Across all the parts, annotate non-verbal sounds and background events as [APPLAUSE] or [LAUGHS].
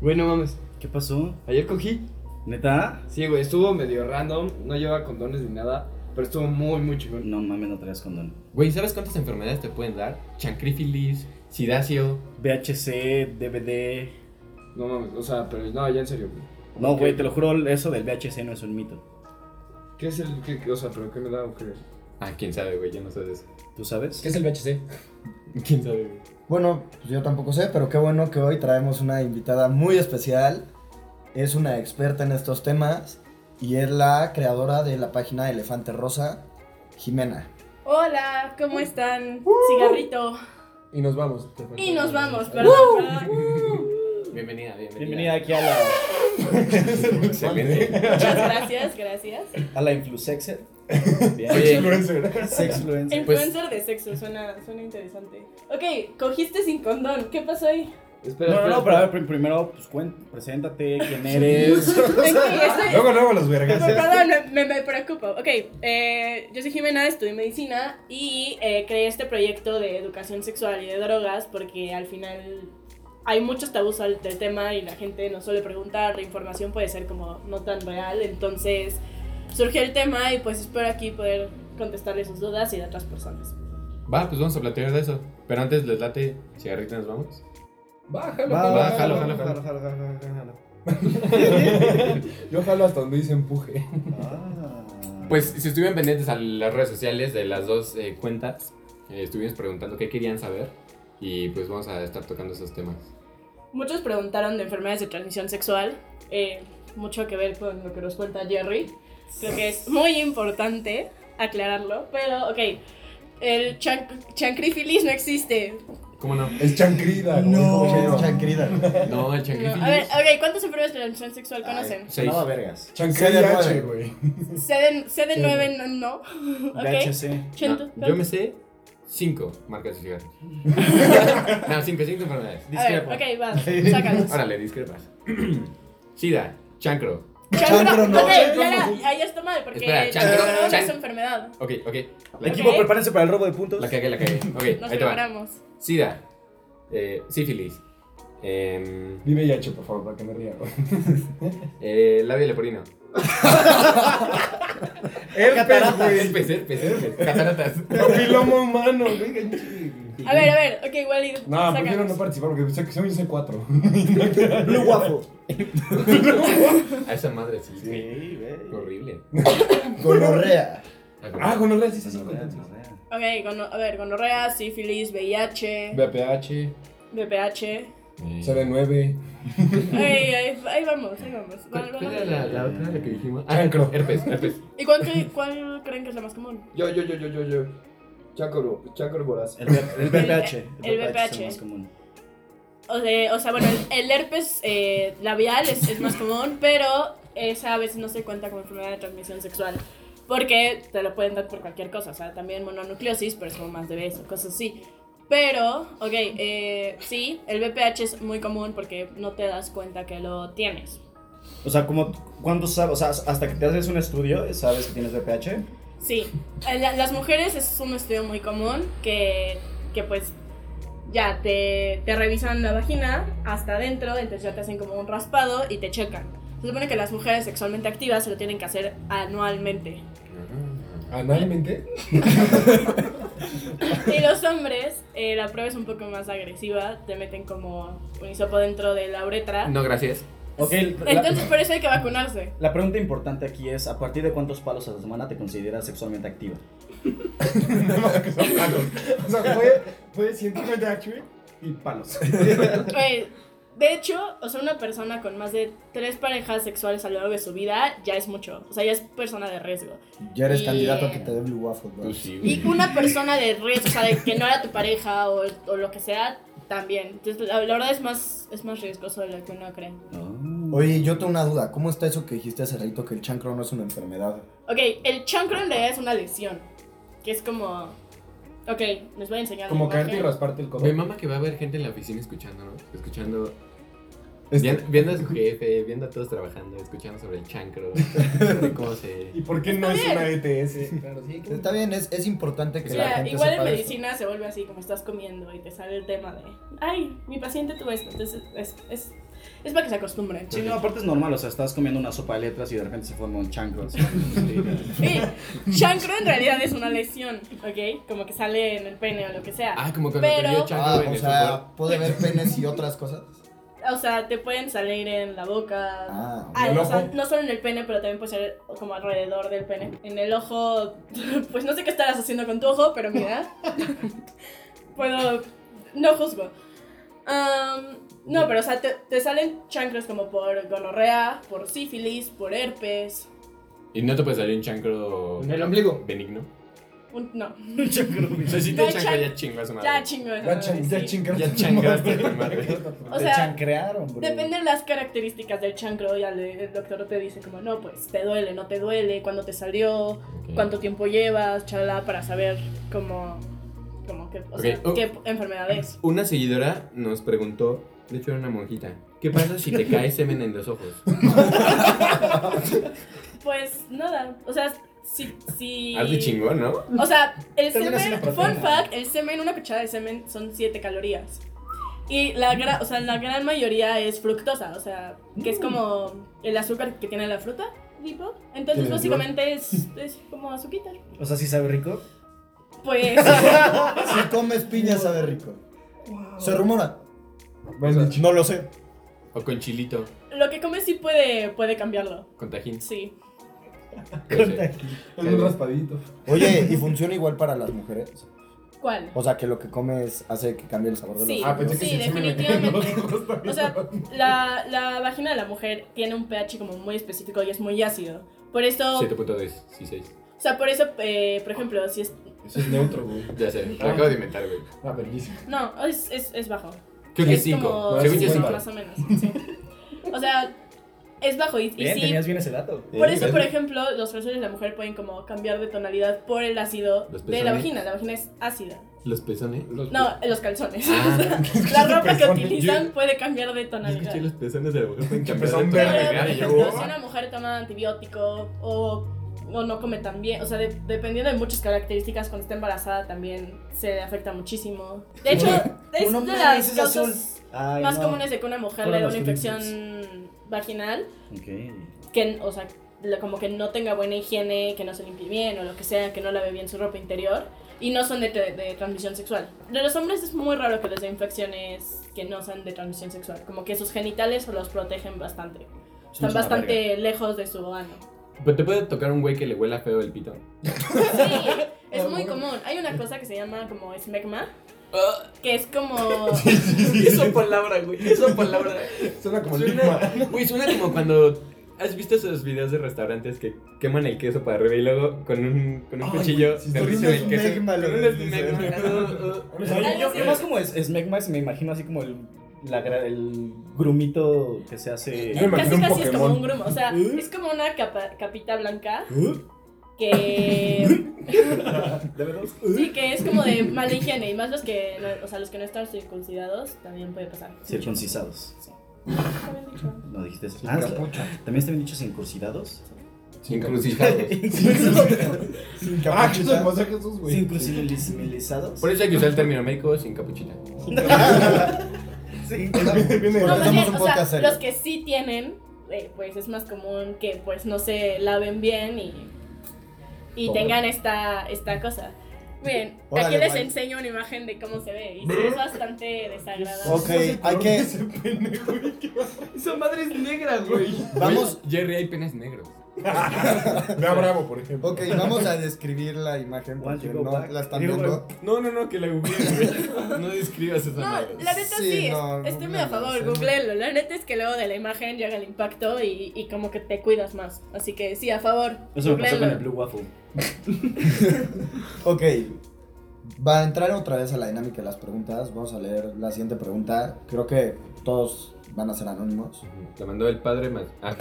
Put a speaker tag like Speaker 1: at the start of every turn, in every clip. Speaker 1: Güey, no mames.
Speaker 2: ¿Qué pasó?
Speaker 1: Ayer cogí.
Speaker 2: ¿Neta?
Speaker 1: Sí, güey, estuvo medio random. No lleva condones ni nada. Pero estuvo muy, muy chingón.
Speaker 2: No mames, no traes condón.
Speaker 3: Güey, ¿sabes cuántas enfermedades te pueden dar? Chancrífilis, sidacio.
Speaker 2: VHC, DVD.
Speaker 1: No mames, o sea, pero no, ya en serio, güey.
Speaker 2: No, güey, te lo juro, eso del VHC no es un mito.
Speaker 1: ¿Qué es el. Qué, qué- o sea, pero qué me da o qué?
Speaker 3: Ah, quién sabe, güey, yo no sé de eso.
Speaker 2: ¿Tú sabes?
Speaker 4: ¿Qué es el VHC?
Speaker 3: Quién sabe, güey.
Speaker 4: Bueno, pues yo tampoco sé, pero qué bueno que hoy traemos una invitada muy especial. Es una experta en estos temas y es la creadora de la página Elefante Rosa, Jimena.
Speaker 5: Hola, ¿cómo están? Cigarrito.
Speaker 4: Y nos vamos.
Speaker 5: Y nos
Speaker 1: Uh.
Speaker 5: vamos, perdón, perdón.
Speaker 3: Bienvenida, bienvenida.
Speaker 2: Bienvenida aquí a la,
Speaker 3: Excelente.
Speaker 5: Muchas gracias, gracias.
Speaker 2: a la [LAUGHS] Influsexer.
Speaker 3: [LAUGHS] Oye,
Speaker 2: Sexfluencer.
Speaker 5: Influencer de sexo, suena, suena interesante. Ok, cogiste sin condón, ¿qué pasó ahí?
Speaker 1: Espera,
Speaker 2: No, no,
Speaker 1: espera,
Speaker 2: no, pero
Speaker 1: espera.
Speaker 2: a ver, prim- primero, pues cuen- preséntate, quién [LAUGHS] eres.
Speaker 6: [LAUGHS]
Speaker 5: Ven que estoy-
Speaker 6: Luego, luego los
Speaker 5: Pero,
Speaker 6: vergas.
Speaker 5: Perdón, me- me, me preocupo. Ok, eh, yo soy Jimena, estudio medicina y eh, creé este proyecto de educación sexual y de drogas porque al final hay muchos tabús al- del tema y la gente no suele preguntar, la información puede ser como no tan real, entonces surgió el tema y pues espero aquí poder contestarle sus dudas y de otras personas.
Speaker 3: Va, pues vamos a platicar de eso. Pero antes les late, cigarrita, nos vamos.
Speaker 6: Bájalo,
Speaker 4: Va,
Speaker 3: va, jalo, jalo, jalo.
Speaker 6: [LAUGHS] Yo jalo hasta donde dice empuje.
Speaker 2: Ah.
Speaker 3: Pues si estuvieron pendientes a las redes sociales de las dos eh, cuentas, eh, estuvimos preguntando qué querían saber. Y pues vamos a estar tocando esos temas.
Speaker 5: Muchos preguntaron de enfermedades de transmisión sexual, eh, mucho que ver con lo que nos cuenta Jerry. Creo que es muy importante aclararlo, pero ok, el chanc- chancrífilis no existe.
Speaker 3: ¿Cómo no?
Speaker 6: Es chancrida, güey.
Speaker 4: No,
Speaker 6: Mucho.
Speaker 4: Chancrida. [LAUGHS]
Speaker 3: No, el
Speaker 5: No,
Speaker 3: chancrífilis.
Speaker 5: A ver, ok, ¿cuántas enfermedades de transmisión sexual conocen?
Speaker 3: Seis.
Speaker 2: No, vergas.
Speaker 6: Chancrida
Speaker 4: Sí,
Speaker 6: H,
Speaker 4: ya,
Speaker 6: güey.
Speaker 5: CD, CD9 no, no. ok.
Speaker 2: VHC.
Speaker 5: Chento,
Speaker 3: No, yo me sé cinco marcas de cigarros.
Speaker 5: [LAUGHS]
Speaker 3: no, cinco, cinco enfermedades.
Speaker 5: A ver,
Speaker 2: Discrepo.
Speaker 5: ok,
Speaker 3: [LAUGHS]
Speaker 5: vas, sácalos.
Speaker 3: Órale, discrepas. [CLEARS THROAT] Sida, chancro.
Speaker 5: Chancro,
Speaker 4: Chancro no.
Speaker 5: ok, ya, era- ahí está mal, porque
Speaker 3: Espera,
Speaker 5: chancro
Speaker 3: chancro,
Speaker 5: no es
Speaker 3: chan-
Speaker 5: enfermedad.
Speaker 3: Ok, ok. La,
Speaker 2: Equipo,
Speaker 5: Ok.
Speaker 2: prepárense para el robo de puntos.
Speaker 3: la cagué, la
Speaker 5: [LAUGHS]
Speaker 3: cagué. Ok,
Speaker 5: Nos
Speaker 3: ahí te va. [LAUGHS]
Speaker 5: preparamos.
Speaker 3: Sida, eh, sífilis, eh,
Speaker 6: Dime Yache, por favor, para que me ría, güey.
Speaker 3: [LAUGHS] eh, labio
Speaker 6: [LAUGHS]
Speaker 3: leporino.
Speaker 6: Herpes, güey.
Speaker 3: Herpes, herpes, herpes. Cataratas.
Speaker 6: Papiloma humano, güey.
Speaker 5: A ver, a ver, ok, Wally,
Speaker 6: No, prefiero
Speaker 5: sácalos.
Speaker 6: no participar porque sé que soy c 4
Speaker 4: Blue Waffle.
Speaker 3: A esa madre, sí. güey.
Speaker 2: Sí, güey.
Speaker 3: Horrible.
Speaker 4: Gonorrea.
Speaker 6: Ah, con los redes sí, sí,
Speaker 2: No veas,
Speaker 6: sí.
Speaker 2: no veas.
Speaker 5: Ok, gono- a ver, gonorrea, sífilis, VIH,
Speaker 6: BPH,
Speaker 5: BPH.
Speaker 3: Eh,
Speaker 6: CD9,
Speaker 5: Ahí, ahí, ahí vamos, ahí vamos.
Speaker 3: ¿Cuál
Speaker 5: Vale,
Speaker 3: cuál
Speaker 5: vale.
Speaker 3: era la, la otra la que dijimos? Ah,
Speaker 6: Chancro.
Speaker 3: herpes, herpes.
Speaker 5: ¿Y cuál, cre- cuál creen que es la más común?
Speaker 1: Yo, yo, yo, yo, yo, yo. Chancro, chancro voraz.
Speaker 2: El, B- el VPH.
Speaker 5: El
Speaker 2: es el
Speaker 5: VPH.
Speaker 2: más común.
Speaker 5: O sea, o sea bueno, el, el herpes eh, labial es, es más común, pero esa a veces no se cuenta como enfermedad de transmisión sexual. Porque te lo pueden dar por cualquier cosa. O sea, también mononucleosis, pero es como más de beso, cosas así. Pero, ok, eh, sí, el BPH es muy común porque no te das cuenta que lo tienes.
Speaker 2: O sea, como, ¿cuánto sabes? O sea, hasta que te haces un estudio, ¿sabes que tienes VPH?
Speaker 5: Sí, en la- las mujeres es un estudio muy común que, que pues ya te, te revisan la vagina hasta adentro, entonces ya te hacen como un raspado y te checan. Se supone que las mujeres sexualmente activas se lo tienen que hacer anualmente.
Speaker 6: analmente.
Speaker 5: Y los hombres, eh, la prueba es un poco más agresiva, te meten como un hisopo dentro de la uretra.
Speaker 3: No, gracias.
Speaker 2: Ok, la-
Speaker 5: Entonces por eso hay que vacunarse.
Speaker 2: La pregunta importante aquí es, ¿a partir de cuántos palos a la semana te consideras sexualmente activa?
Speaker 6: O sea, fue, fue científicamente accurate y palos.
Speaker 5: Güey, Eh, de hecho, o sea, una persona con más de tres parejas sexuales a lo largo de su vida ya es mucho. O sea, ya es persona de riesgo.
Speaker 4: Ya eres
Speaker 5: Y-
Speaker 4: candidato a que te dé Blue Waffle, bro.
Speaker 3: Pues
Speaker 5: Y una persona de riesgo, o sea, de que no era tu pareja o, o lo que sea, también. Entonces, la, la verdad es más, es más riesgoso de lo que uno cree.
Speaker 2: Oh.
Speaker 4: Oye, yo tengo una duda. ¿Cómo está eso que dijiste hace ratito que el chancro no es una enfermedad?
Speaker 5: Ok, el chancro en realidad es una lesión. Que es como. Ok, les voy a enseñar. la
Speaker 6: Como
Speaker 5: imagen.
Speaker 1: Em,
Speaker 6: caerte y rasparte el codo.
Speaker 3: Me mama que va a haber gente en la oficina escuchando, ¿no? Escuchando.
Speaker 4: Este-
Speaker 3: Viendo, viendo a su jefe, viendo a todos trabajando, escuchando sobre el chancro, sobre cómo se...
Speaker 4: [LAUGHS]
Speaker 6: ¿Y por qué no es una E ETS?
Speaker 1: Claro, sí. qué
Speaker 4: Está bien, es, es importante que
Speaker 5: O
Speaker 4: la
Speaker 5: sea,
Speaker 4: gente
Speaker 5: igual en
Speaker 4: sepa eso.
Speaker 5: medicina se vuelve así, como estás comiendo y te sale el tema de, ay, mi paciente tuvo esto, entonces es, es, es para que se acostumbre.
Speaker 7: Sí, no, aparte es normal, o sea, estás comiendo una sopa de letras y de repente se forma
Speaker 2: [LAUGHS]
Speaker 7: un chancro. así.
Speaker 4: [LAUGHS]
Speaker 5: Sí, chancro en realidad es una lesión, ¿ok? Como que sale en el pene o lo que sea.
Speaker 3: Ah, como cuando
Speaker 5: Pero-
Speaker 3: perdió chancro
Speaker 4: Ah,
Speaker 3: en
Speaker 4: o
Speaker 3: el
Speaker 4: sea, puede ver penes y otras cosas.
Speaker 5: O sea, te pueden salir en la boca.
Speaker 4: Ah,
Speaker 5: Ah,
Speaker 1: ¿en el
Speaker 5: o sea,
Speaker 1: ojo?
Speaker 5: no solo en el pene, pero también puede ser como alrededor del pene. En el ojo, [LAUGHS] pues no sé qué estarás haciendo con tu ojo, pero mira. [LAUGHS] Puedo. No juzgo. Am, no, pero o sea, te, te salen chancros como por gonorrea, por sífilis, por herpes.
Speaker 3: fútbol. Y no te puede salir un chancro
Speaker 1: En el ombligo.
Speaker 3: benigno.
Speaker 5: un- no,
Speaker 2: [LAUGHS]
Speaker 7: Un chancro.
Speaker 3: O sea, si
Speaker 5: No
Speaker 3: te
Speaker 5: hay
Speaker 3: chancro
Speaker 5: chan-
Speaker 3: ya chingo a su madre.
Speaker 5: ya chingo. esa
Speaker 6: Ya
Speaker 5: madre,
Speaker 6: chin-
Speaker 5: sí.
Speaker 6: ya chingaste.
Speaker 3: Ya chancaste a tu
Speaker 4: [LAUGHS]
Speaker 3: madre.
Speaker 5: O
Speaker 2: Te
Speaker 5: sea,
Speaker 2: chancrearon, bro.
Speaker 5: Depende de las características del chancro, ya le- el doctor te dice como, no, pues te duele, no te duele, cuándo te salió,
Speaker 3: Ok.
Speaker 5: cuánto tiempo llevas, chala, para saber cómo, cómo que, o
Speaker 3: Ok,
Speaker 5: sea,
Speaker 3: oh.
Speaker 5: qué enfermedad es.
Speaker 3: Una seguidora nos preguntó, de hecho era una monjita, ¿qué pasa si te cae semen en los ojos?
Speaker 5: Pues nada, o sea, si...
Speaker 3: [LAUGHS]
Speaker 5: si
Speaker 3: Arte chingón, ¿no?
Speaker 5: O sea, el
Speaker 6: Termina
Speaker 5: semen,
Speaker 6: siendo
Speaker 5: fun
Speaker 6: proteína.
Speaker 5: fact, el semen, una cuchara de semen son 7 calorías. Y la, gra- o sea, la gran mayoría es fructosa, o sea, que es como el azúcar que tiene la fruta, tipo. Entonces,
Speaker 4: Tiene
Speaker 5: básicamente es, es como azúcar.
Speaker 2: O sea, sí sabe rico.
Speaker 5: Pues,
Speaker 4: Si comes piña sabe rico. Se rumora.
Speaker 6: Bueno,
Speaker 4: O sea, no lo sé.
Speaker 3: O con chilito,
Speaker 5: lo que comes sí puede, puede cambiarlo.
Speaker 3: con tajín.
Speaker 5: Sí.
Speaker 3: Puede ser.
Speaker 6: en
Speaker 4: [LAUGHS]
Speaker 6: un raspadito.
Speaker 4: Oye, ¿y funciona igual para las mujeres?
Speaker 5: ¿Cuál?
Speaker 4: O sea, que lo que comes hace que cambie el sabor de
Speaker 5: Sí,
Speaker 4: los
Speaker 6: Ah, pensé que
Speaker 5: sí,
Speaker 6: sí, sí me metí en los
Speaker 5: definitivamente.
Speaker 6: ojos también.
Speaker 5: O sea, la, la vagina de la mujer tiene un pH como muy específico y es muy ácido. Por eso,
Speaker 3: 7.16.
Speaker 5: o sea, por eso, eh, por ejemplo, si es...
Speaker 6: Eso es neutro, güey.
Speaker 3: Ya sé, lo acabo de inventar, güey.
Speaker 6: Ah, vergüenza.
Speaker 5: No, es, es, es bajo.
Speaker 3: Creo que
Speaker 5: es
Speaker 3: 5.
Speaker 5: como...
Speaker 3: Según yo
Speaker 5: sí,
Speaker 3: 5.
Speaker 5: más o menos. sí. O sea, es bajo y, y
Speaker 2: Bien,
Speaker 5: sí,
Speaker 2: tenías bien ese dato.
Speaker 5: Por eso, por ejemplo, los pezones de la mujer pueden como cambiar de tonalidad por el ácido
Speaker 3: Los
Speaker 5: de la
Speaker 3: pezones.
Speaker 5: vagina. La vagina es ácida.
Speaker 3: Los pezones.
Speaker 1: Los-
Speaker 5: No, los calzones.
Speaker 3: Ah,
Speaker 5: [LAUGHS] la ropa que
Speaker 6: Pezones,
Speaker 5: utilizan puede cambiar de
Speaker 3: yo
Speaker 5: tonalidad.
Speaker 3: escuché los pezones de la mujer pueden cambiar
Speaker 6: Empezó un
Speaker 3: de
Speaker 6: verde,
Speaker 3: tonalidad
Speaker 5: Pero,
Speaker 3: y
Speaker 5: por
Speaker 3: yo,
Speaker 5: ejemplo,
Speaker 3: "Oh".
Speaker 5: si una mujer toma antibiótico o, o no come tan bien, o sea, de- dependiendo de muchas características, cuando está embarazada también se le afecta muchísimo. De hecho, es
Speaker 2: Uno
Speaker 5: de
Speaker 2: mames,
Speaker 5: las
Speaker 2: es azul.
Speaker 5: causas
Speaker 2: Ay,
Speaker 5: más
Speaker 2: no.
Speaker 5: comunes de que una mujer
Speaker 2: Fuera
Speaker 5: le dé
Speaker 2: los
Speaker 5: una infección vaginal,
Speaker 7: Ok.
Speaker 5: que, o sea, la- como que no tenga buena higiene, que no se limpie bien o lo que sea, que no lave bien su ropa interior. Y no son de, de- de transmisión sexual. De los hombres es muy raro que les dé infecciones que no sean de transmisión sexual. Como que sus genitales los protegen bastante. Están
Speaker 7: Somos una verga.
Speaker 5: bastante lejos de su ano.
Speaker 3: Pero te puede tocar un güey que le huela feo el
Speaker 6: [LAUGHS]
Speaker 3: pito.
Speaker 5: Sí, es muy común. Hay una cosa que se llama como esmegma, que es como...
Speaker 3: Esa palabra, güey. Esa [LAUGHS] palabra.
Speaker 6: Suena como
Speaker 3: Suena,
Speaker 6: lima.
Speaker 3: güey, suena como cuando. ¿Has visto esos videos de restaurantes que queman el queso para arriba y luego con un, con un
Speaker 6: Ay,
Speaker 3: cuchillo
Speaker 6: güey, sí,
Speaker 3: derriten
Speaker 4: con un
Speaker 3: el queso?
Speaker 4: esmegma lo
Speaker 3: Con un
Speaker 4: dicen.
Speaker 3: esmegma,
Speaker 6: [LAUGHS]
Speaker 3: ah, ah.
Speaker 2: O sea, yo- yo, yo más como es, es Megmax, me imagino así como el, la gra- el grumito que se hace.
Speaker 6: Yo me imagino
Speaker 5: Casi
Speaker 6: un
Speaker 5: casi es como
Speaker 6: Pokémon.
Speaker 5: un grumo, o sea,
Speaker 2: ¿Eh?
Speaker 5: es como una capa- capita blanca
Speaker 2: ¿Eh?
Speaker 5: que...
Speaker 2: [LAUGHS] ¿De veras?
Speaker 5: Sí, que es como de mala higiene, y más los que, no- o sea, los que no están circuncidados también puede pasar.
Speaker 7: Circuncisados.
Speaker 5: Está bien dicho.
Speaker 7: No dijiste eso. Ah,
Speaker 6: Capucha.
Speaker 7: también está bien dicho circuncidados.
Speaker 2: [LAUGHS]
Speaker 3: Encrucijados.
Speaker 7: [LAUGHS]
Speaker 4: Sin
Speaker 6: Ah, que se
Speaker 4: capuchita.
Speaker 6: pasa Jesús, güey.
Speaker 7: Circuncilizados.
Speaker 3: Por eso hay que usar el término médico sin capuchita.
Speaker 2: Sí.
Speaker 6: Viene-
Speaker 5: No,
Speaker 4: Porque
Speaker 5: más
Speaker 4: somos
Speaker 5: bien,
Speaker 4: un
Speaker 5: o sea,
Speaker 4: podcast serio.
Speaker 5: los que sí tienen, eh, pues es más común que pues no se laven bien y, y tengan esta, esta cosa. Miren,
Speaker 4: Órale,
Speaker 5: aquí les
Speaker 4: Mike.
Speaker 5: enseño una imagen de cómo se ve y sí es bastante desagradable.
Speaker 4: Ok, hay que.
Speaker 1: Esa madre es negra, güey.
Speaker 4: Vamos.
Speaker 3: Güey, Jerry, hay penes negros.
Speaker 6: [LAUGHS] Vea Bravo, por ejemplo.
Speaker 4: Ok, vamos a describir la imagen
Speaker 2: Once
Speaker 4: porque
Speaker 2: you go
Speaker 4: no
Speaker 2: back.
Speaker 4: la están
Speaker 2: You go
Speaker 4: viendo.
Speaker 3: No, no, no, que la googleen. No describas esa
Speaker 5: No, la
Speaker 3: madre.
Speaker 5: neta sí,
Speaker 4: Sí,
Speaker 5: es-
Speaker 4: no,
Speaker 5: estoy
Speaker 4: no,
Speaker 5: muy a
Speaker 4: no,
Speaker 5: favor,
Speaker 4: sí.
Speaker 5: googleenlo. La neta es que luego de la imagen llega el impacto y, y como que te cuidas más. Así que sí, a favor,
Speaker 7: Eso me pasó con
Speaker 5: googleenlo.
Speaker 7: el Blue Waffle.
Speaker 4: Ok. Va a entrar otra vez a la dinámica de las preguntas. Vamos a leer la siguiente pregunta. Creo que todos van a ser anónimos.
Speaker 3: La mandó el padre más. [LAUGHS] Ah.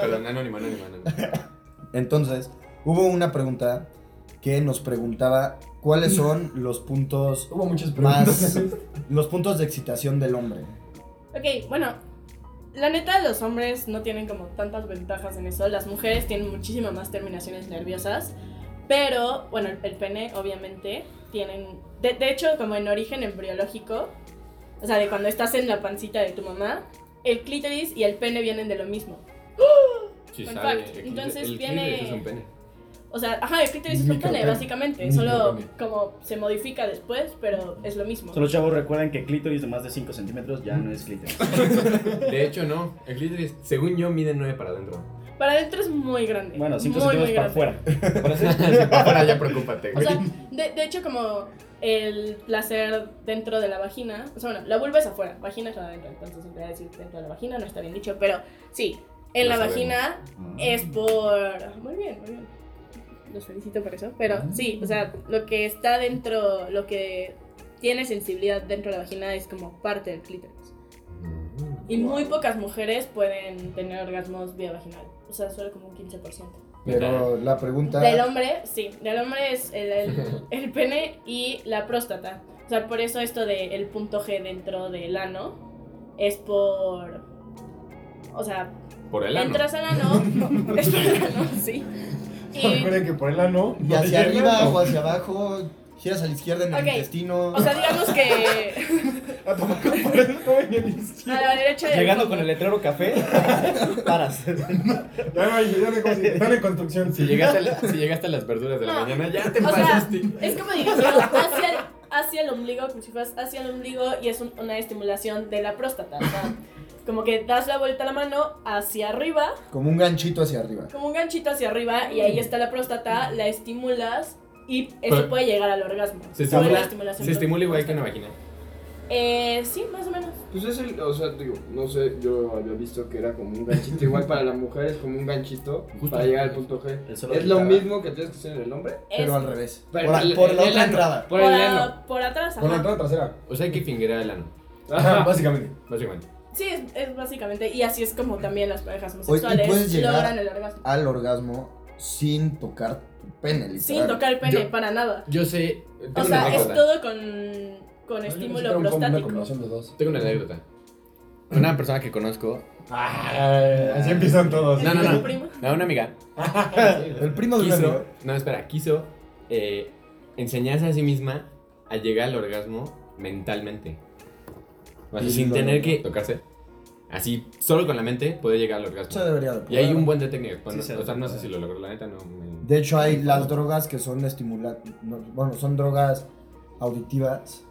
Speaker 3: Perdón, anónimo, anónimo, anónimo.
Speaker 4: Entonces, hubo una pregunta que nos preguntaba
Speaker 5: [LAUGHS]
Speaker 4: cuáles son los puntos
Speaker 6: Hubo muchas
Speaker 4: más
Speaker 6: preguntas.
Speaker 4: los puntos de excitación del hombre.
Speaker 5: Ok, bueno, la neta, los hombres no tienen como tantas ventajas en eso. Las mujeres tienen muchísimas más terminaciones nerviosas. Pero, bueno, el, el pene, obviamente, tienen. De, de hecho, como en origen embriológico, o sea, de cuando estás en la pancita de tu mamá, el clítoris y el pene vienen de lo mismo.
Speaker 3: Sí,
Speaker 5: Fun
Speaker 3: sabe,
Speaker 5: fact.
Speaker 3: el
Speaker 5: Entonces
Speaker 3: clítoris
Speaker 5: tiene-
Speaker 3: es un pene.
Speaker 5: O sea, ajá, el clítoris es un pene,
Speaker 3: Micropene.
Speaker 5: básicamente. Solo
Speaker 3: Micropene.
Speaker 5: como se modifica después, pero es lo mismo.
Speaker 7: Solo chavos recuerden que clítoris de más de 5 centímetros ya no
Speaker 5: [LAUGHS]
Speaker 7: es clítoris.
Speaker 3: De hecho, no. El clítoris, según yo, mide 9 para adentro.
Speaker 5: [LAUGHS] Para adentro es muy grande.
Speaker 7: Bueno, 5
Speaker 5: muy,
Speaker 7: centímetros
Speaker 5: muy
Speaker 7: para
Speaker 5: grande.
Speaker 7: afuera.
Speaker 3: Para
Speaker 7: [LAUGHS]
Speaker 3: Ahora ya preocúpate,
Speaker 5: O
Speaker 3: güey. [LAUGHS]
Speaker 5: sea, de, de hecho, como el placer dentro de la vagina, o sea, bueno, la vulva es afuera, vagina es adentro, entonces siempre voy a decir dentro de la vagina, no está bien dicho, pero sí, en
Speaker 3: Lo
Speaker 5: la
Speaker 3: sabemos.
Speaker 5: vagina
Speaker 2: Ah.
Speaker 5: es por... Muy bien, muy bien. Los felicito por eso, pero sí, o sea, lo que está dentro, lo que tiene sensibilidad dentro de la vagina es como parte del clítoris. Y muy pocas mujeres pueden tener orgasmos vía vaginal, o sea, solo como un 15%.
Speaker 4: Pero la pregunta.
Speaker 5: Del hombre, sí. Del hombre es el,
Speaker 6: [LAUGHS]
Speaker 5: el- el pene y la próstata. O sea, por eso esto del el punto G dentro del ano es por. O sea,
Speaker 3: Por el ano.
Speaker 5: entras al ano. es por el ano, sí. Y,
Speaker 6: Recuerden que por el ano.
Speaker 4: Y hacia
Speaker 6: no llega,
Speaker 4: arriba
Speaker 6: no.
Speaker 4: o hacia abajo, giras a la izquierda en el
Speaker 5: Ok.
Speaker 4: intestino.
Speaker 5: o sea, digamos que.
Speaker 6: A tomar por el joven y el izquierdo.
Speaker 5: A la derecha.
Speaker 7: Ah.
Speaker 5: del
Speaker 2: Llegando
Speaker 5: codo.
Speaker 2: con el letrero
Speaker 7: [LAUGHS]
Speaker 2: café, paras.
Speaker 6: Ya no hay- ya no hay como si- Están en construcción.
Speaker 3: Si llegaste, a la- si llegaste a las verduras de la
Speaker 5: No.
Speaker 3: mañana, ya te
Speaker 5: O sea,
Speaker 3: pasaste.
Speaker 5: es como digamos, hacia el, hacia el ombligo, como si fueras hacia el ombligo y es un- una estimulación de la próstata. O sea, como que das la vuelta a la mano hacia arriba.
Speaker 4: Como un ganchito hacia arriba.
Speaker 5: como un ganchito hacia arriba y ahí está la próstata, la estimulas y eso
Speaker 3: Pero-
Speaker 5: puede llegar al orgasmo.
Speaker 3: se
Speaker 5: Solo la
Speaker 3: estimula,
Speaker 5: estimulación
Speaker 3: se estimula igual que una vagina.
Speaker 5: Eh, sí, más o menos.
Speaker 1: Pues es el, o sea, digo, no sé, yo había visto que era como un ganchito, igual para la mujer es como un ganchito
Speaker 7: Justo.
Speaker 1: para llegar al punto G.
Speaker 7: Eso lo
Speaker 1: Es lo
Speaker 7: quitaba.
Speaker 1: mismo que tienes que hacer en el hombre,
Speaker 4: Pero
Speaker 5: Es
Speaker 4: al revés.
Speaker 1: Pero
Speaker 4: por, a-
Speaker 1: el-
Speaker 4: por
Speaker 1: el-
Speaker 4: la
Speaker 1: el
Speaker 4: otra
Speaker 1: ano.
Speaker 4: entrada.
Speaker 1: por el ano.
Speaker 5: por atrás,
Speaker 6: Con la
Speaker 5: ajá.
Speaker 6: entrada trasera.
Speaker 3: O sea, hay que fingerar el ano,
Speaker 6: Ajá,
Speaker 1: Ajá.
Speaker 6: básicamente.
Speaker 3: básicamente.
Speaker 5: Sí, es, es básicamente, y así es como también las parejas
Speaker 4: y puedes
Speaker 5: homosexuales
Speaker 4: llegar
Speaker 5: logran el orgasmo.
Speaker 4: Al orgasmo sin tocar tu pene, literal.
Speaker 5: Sin tocar el pene,
Speaker 3: Yo-
Speaker 5: para nada.
Speaker 3: Yo sé. Tengo
Speaker 5: O
Speaker 3: una
Speaker 5: sea, es
Speaker 3: anécdota.
Speaker 5: todo con, con estímulo prostático.
Speaker 6: de dos.
Speaker 3: Tengo una anécdota. Una persona que conozco.
Speaker 6: Ah, así empiezan todos.
Speaker 3: No, no, no.
Speaker 5: ¿Tu primo?
Speaker 3: No, una amiga.
Speaker 4: El primo de un
Speaker 3: Quiso.
Speaker 4: amigo.
Speaker 3: No, espera. Quiso eh, enseñarse a sí misma a llegar al orgasmo mentalmente. O sea,
Speaker 4: Y
Speaker 3: sin
Speaker 4: lo-
Speaker 3: tener que tocarse. Así, solo con la mente, puede llegar al orgasmo.
Speaker 4: Se debería de
Speaker 3: Y hay
Speaker 4: probar.
Speaker 3: un buen de técnicas. Bueno,
Speaker 7: Sí, se
Speaker 3: o sea, no sé
Speaker 7: puede.
Speaker 3: si lo logró, la neta, no. me-
Speaker 4: De hecho, hay las drogas que son estimulantes. Bueno, son drogas auditivas.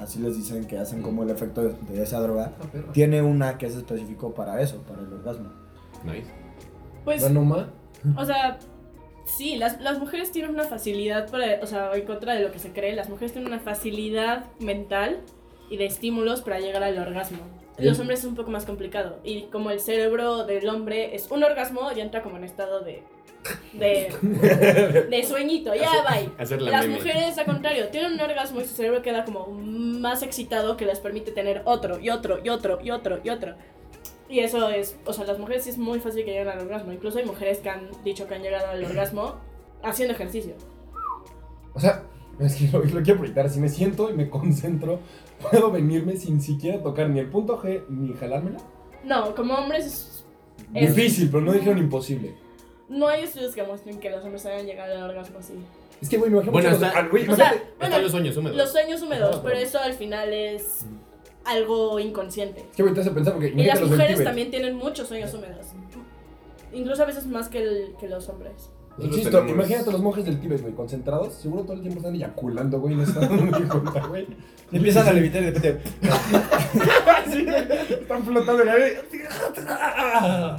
Speaker 4: Así les dicen que hacen como el efecto de, de esa droga. Tiene una que es específico para eso, para el orgasmo.
Speaker 3: Nice.
Speaker 5: Pues,
Speaker 6: No, no, ma.
Speaker 5: O sea, sí, las, las mujeres tienen una facilidad para, o sea, en contra de lo que se cree, las mujeres tienen una facilidad mental y de estímulos para llegar al orgasmo. Los hombres es un poco más complicado. Y como el cerebro del hombre es un orgasmo, ya entra como en estado de. de. de sueñito, ya bye.
Speaker 3: Hacer la
Speaker 5: Las
Speaker 3: meme.
Speaker 5: mujeres, al contrario, tienen un orgasmo y su cerebro queda como más excitado que les permite tener otro, y otro, y otro, y otro, y otro. Y eso es, o sea, las mujeres sí es muy fácil que lleguen al orgasmo. Incluso hay mujeres que han dicho que han llegado al orgasmo haciendo ejercicio.
Speaker 6: O sea, es que [LAUGHS] lo, lo quiero proyectar. Si me siento y me concentro, puedo venirme sin siquiera tocar ni el punto G ni jalármela.
Speaker 5: No, como hombres es- es-
Speaker 6: Difícil, pero no dijeron imposible.
Speaker 5: no hay estudios que muestren que los hombres hayan llegado al orgasmo así.
Speaker 6: Es que, güey, me imagino
Speaker 3: Bueno,
Speaker 6: que los-
Speaker 3: está-
Speaker 6: ah, güey,
Speaker 5: O sea,
Speaker 3: Están los
Speaker 5: bueno,
Speaker 3: sueños húmedos. Mm.
Speaker 5: los sueños húmedos,
Speaker 6: Ajá,
Speaker 5: pero
Speaker 6: pero-
Speaker 5: eso al final es algo inconsciente.
Speaker 6: Es que me te hace pensar porque
Speaker 5: Y las
Speaker 6: imagínate los del
Speaker 5: mujeres
Speaker 6: Tíbet.
Speaker 5: también tienen muchos sueños húmedos. Incluso a veces más que, el- que los hombres.
Speaker 6: Insisto,
Speaker 3: Nosotros tenemos-
Speaker 6: imagínate a los monjes del Tíbet, güey, concentrados. Seguro todo el tiempo están eyaculando, güey, no están dando ni cuenta, güey.
Speaker 2: Y empiezan a levitar y de
Speaker 6: [LAUGHS]
Speaker 2: repente.
Speaker 6: Así, están flotando en el aire. ah,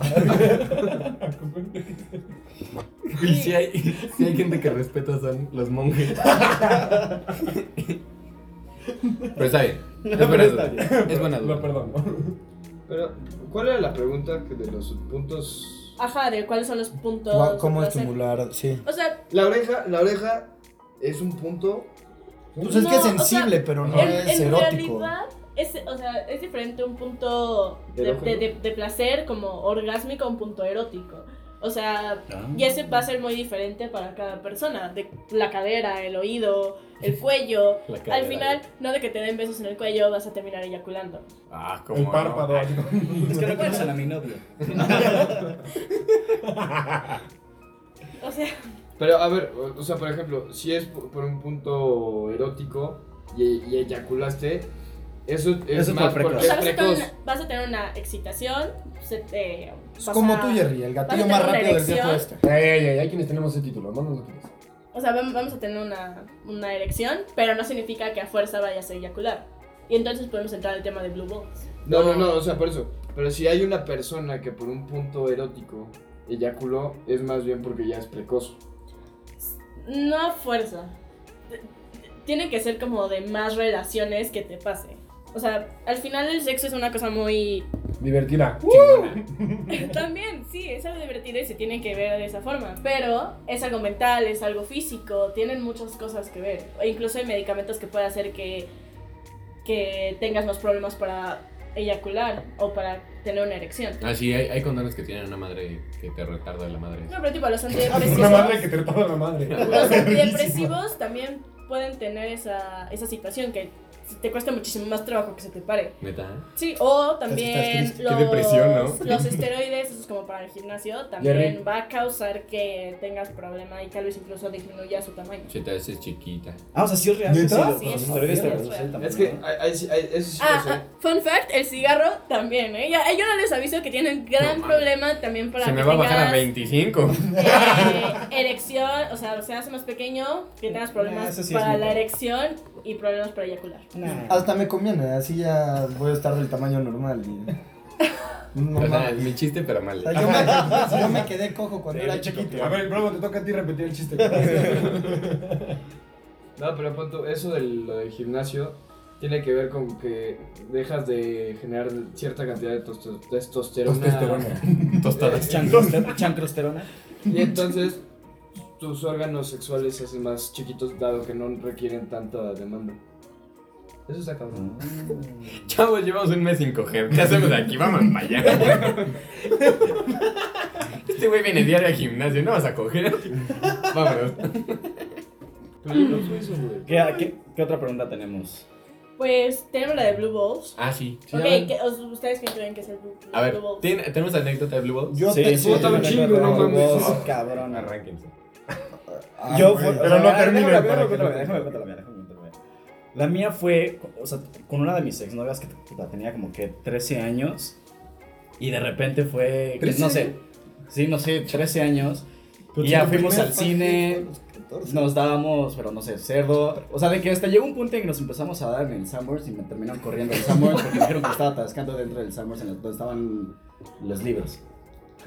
Speaker 3: Y si hay, si hay gente que respeta son los monjes. Pero está [LAUGHS] bien. Es buena
Speaker 2: pero está
Speaker 3: duda. Es buena duda.
Speaker 6: No, perdón.
Speaker 1: Pero, ¿cuál era la pregunta que de los puntos?
Speaker 5: Ajá, de cuáles son los puntos.
Speaker 4: Cua-
Speaker 5: de
Speaker 4: ¿Cómo
Speaker 5: placer.
Speaker 4: estimular? Sí.
Speaker 5: O sea,
Speaker 1: La oreja, la oreja es un punto.
Speaker 4: Pues es que es
Speaker 5: No, o sea,
Speaker 4: sensible, pero no
Speaker 5: en,
Speaker 4: es
Speaker 5: en
Speaker 4: erótico.
Speaker 5: realidad es, o sea, es diferente un punto de,
Speaker 1: Erógeno.
Speaker 5: de- de- de placer como orgásmico a un punto erótico. O sea,
Speaker 7: Ah.
Speaker 4: Mm.
Speaker 5: y ese va a ser muy diferente para cada persona. De la cadera, el oído,
Speaker 4: [LAUGHS]
Speaker 5: el cuello.
Speaker 3: La
Speaker 5: Al
Speaker 3: cadera.
Speaker 5: final, no de que te den besos en el cuello, vas a terminar eyaculando.
Speaker 3: Ah, como.
Speaker 6: El párpado.
Speaker 2: Es que no conocen a mi novio.
Speaker 5: O sea,
Speaker 1: Pero a ver, o- o sea, por ejemplo, si es por por un punto erótico y, y eyaculaste, eso es
Speaker 7: Eso fue
Speaker 1: más
Speaker 7: precoz.
Speaker 5: o
Speaker 1: porque
Speaker 5: sea,
Speaker 1: es
Speaker 5: vas, a tener
Speaker 1: precoz.
Speaker 5: una, vas a tener una excitación. se te-
Speaker 4: Es
Speaker 5: vas
Speaker 4: como
Speaker 5: a-
Speaker 4: tú, Jerry, el gatillo
Speaker 5: vas a
Speaker 4: más
Speaker 5: tener
Speaker 4: rápido del
Speaker 5: erección.
Speaker 4: tiempo este.
Speaker 6: Ey, ey, ey, hay quienes tenemos ese título, no nos lo quites.
Speaker 5: O sea, vam- vamos a tener una, una erección, pero no significa que a fuerza vayas a eyacular. Y entonces podemos entrar al tema de Blue Balls.
Speaker 1: No, no, no, o sea, por eso. Pero si hay una persona que por un punto erótico eyaculó, es más bien porque ya es precoz.
Speaker 5: No a fuerza. T- Tiene que ser como de más relaciones que te pase. O sea, al final el sexo es una cosa muy...
Speaker 6: Divertida.
Speaker 5: [LAUGHS] También, sí, es algo divertido y se tiene que ver de esa forma. Pero es algo mental, es algo físico, tienen muchas cosas que ver. E incluso hay medicamentos que puede hacer que, que tengas más problemas para eyacular o para tener una erección.
Speaker 3: Ah, sí, hay, hay condones que tienen una madre que te retarda la madre.
Speaker 5: [LAUGHS] No, pero tipo, los
Speaker 6: [LAUGHS] Una madre
Speaker 5: antidepresivos...
Speaker 6: que te retaba la madre. [LAUGHS]
Speaker 5: Los antidepresivos también pueden tener esa, esa situación que te cuesta muchísimo más trabajo que se te pare.
Speaker 3: Neta.
Speaker 5: Sí, o
Speaker 4: Estás
Speaker 5: también
Speaker 4: triste.
Speaker 3: Qué
Speaker 5: los,
Speaker 3: depresión, ¿no? [LAUGHS]
Speaker 5: los esteroides, eso es como para el gimnasio, también
Speaker 6: Jerry.
Speaker 5: va a causar que tengas problema y tal vez incluso disminuya su tamaño.
Speaker 3: Si te haces chiquita.
Speaker 2: Ah, o sea, sí es real.
Speaker 6: ¿Neta?
Speaker 2: Sí, lo-
Speaker 5: Sí,
Speaker 2: los
Speaker 5: es
Speaker 2: historiadores
Speaker 5: real,
Speaker 2: te lo
Speaker 5: es real.
Speaker 2: presentan,
Speaker 1: Es que
Speaker 2: ¿no?
Speaker 1: hay- hay- hay- eso sí
Speaker 5: Ah,
Speaker 3: pues,
Speaker 1: lo sé.
Speaker 3: eh.
Speaker 5: ah, fun fact, el cigarro también, ¿eh? Ya- yo no les aviso que tienen gran
Speaker 3: No, mami.
Speaker 5: problema también para
Speaker 3: Se me
Speaker 5: que
Speaker 3: va a bajar a
Speaker 5: tengas,
Speaker 3: 25.
Speaker 5: eh, erección, o sea, se hace más pequeño, que
Speaker 3: Eh,
Speaker 5: tengas problemas
Speaker 2: eso sí es
Speaker 5: para
Speaker 2: mito.
Speaker 5: la erección y problemas para eyacular.
Speaker 2: Nah.
Speaker 7: Ah.
Speaker 4: Hasta me conviene, así ya voy a estar del tamaño normal. Y... No
Speaker 3: [LAUGHS]
Speaker 5: [LAUGHS]
Speaker 3: O sea,
Speaker 4: mames.
Speaker 3: mi chiste, pero mal.
Speaker 4: O sea, yo, me, yo me quedé cojo cuando era chiquito.
Speaker 6: A ver, Bravo, te toca a ti repetir el chiste.
Speaker 1: No, pero punto, eso de lo del gimnasio tiene que ver con que dejas de generar cierta cantidad de tostos- testosterona.
Speaker 3: [LAUGHS]
Speaker 4: [LAUGHS]
Speaker 2: [LAUGHS]
Speaker 3: Tostadas.
Speaker 2: Chancroster- Chancrosterona.
Speaker 1: Y entonces tus órganos sexuales se hacen más chiquitos dado que no requieren tanta demanda. Eso está
Speaker 4: Mm.
Speaker 1: cabrón.
Speaker 3: Chavos, llevamos un mes sin coger. ¿Qué hacemos aquí? Vamos para allá.
Speaker 4: [LAUGHS]
Speaker 3: Este güey viene diario al gimnasio, no vas a
Speaker 4: [LAUGHS]
Speaker 3: coger. Vámonos.
Speaker 1: Pero yo no soy eso, güey.
Speaker 2: ¿Qué, qué, qué otra pregunta tenemos?
Speaker 5: Pues tenemos la de Blue Balls.
Speaker 3: Ah, sí.
Speaker 5: ok,
Speaker 6: a ver.
Speaker 5: ¿qué- os- ¿ustedes qué creen que es el Blue,
Speaker 3: A ver,
Speaker 5: Blue Balls?
Speaker 3: ¿tien- ¿tenemos anécdota de Blue Balls?
Speaker 4: Yo
Speaker 2: Sí,
Speaker 4: te
Speaker 2: sí,
Speaker 1: puta,
Speaker 2: sí,
Speaker 1: un
Speaker 2: sí,
Speaker 1: chingo, no
Speaker 2: sí,
Speaker 1: mames.
Speaker 2: sí, Cabrón.
Speaker 3: Arránquense.
Speaker 4: Ah,
Speaker 2: Yo
Speaker 4: güey.
Speaker 2: fue-
Speaker 6: pero no
Speaker 2: a ver, déjame-
Speaker 6: terminen para
Speaker 2: déjame-
Speaker 6: que no
Speaker 2: déjame- déjame contar la mía, déjame contar la mía. La mía fue, o sea, con una de mis exnovias que puta, tenía como que 13 años y de repente fue, que, no sé, sí, no sé, 13 años
Speaker 4: Pero
Speaker 2: y ya
Speaker 4: tu
Speaker 2: fuimos
Speaker 4: primera
Speaker 2: al
Speaker 4: parte
Speaker 2: cine,
Speaker 4: fue a los 14.
Speaker 2: nos dábamos, pero no sé, cerdo, o sea, de que hasta llegó un punto en que nos empezamos a dar en el Sanborns y me terminaron corriendo del Sanborns porque me dijeron que estaba atascando dentro del Sanborns en los- donde estaban los libros.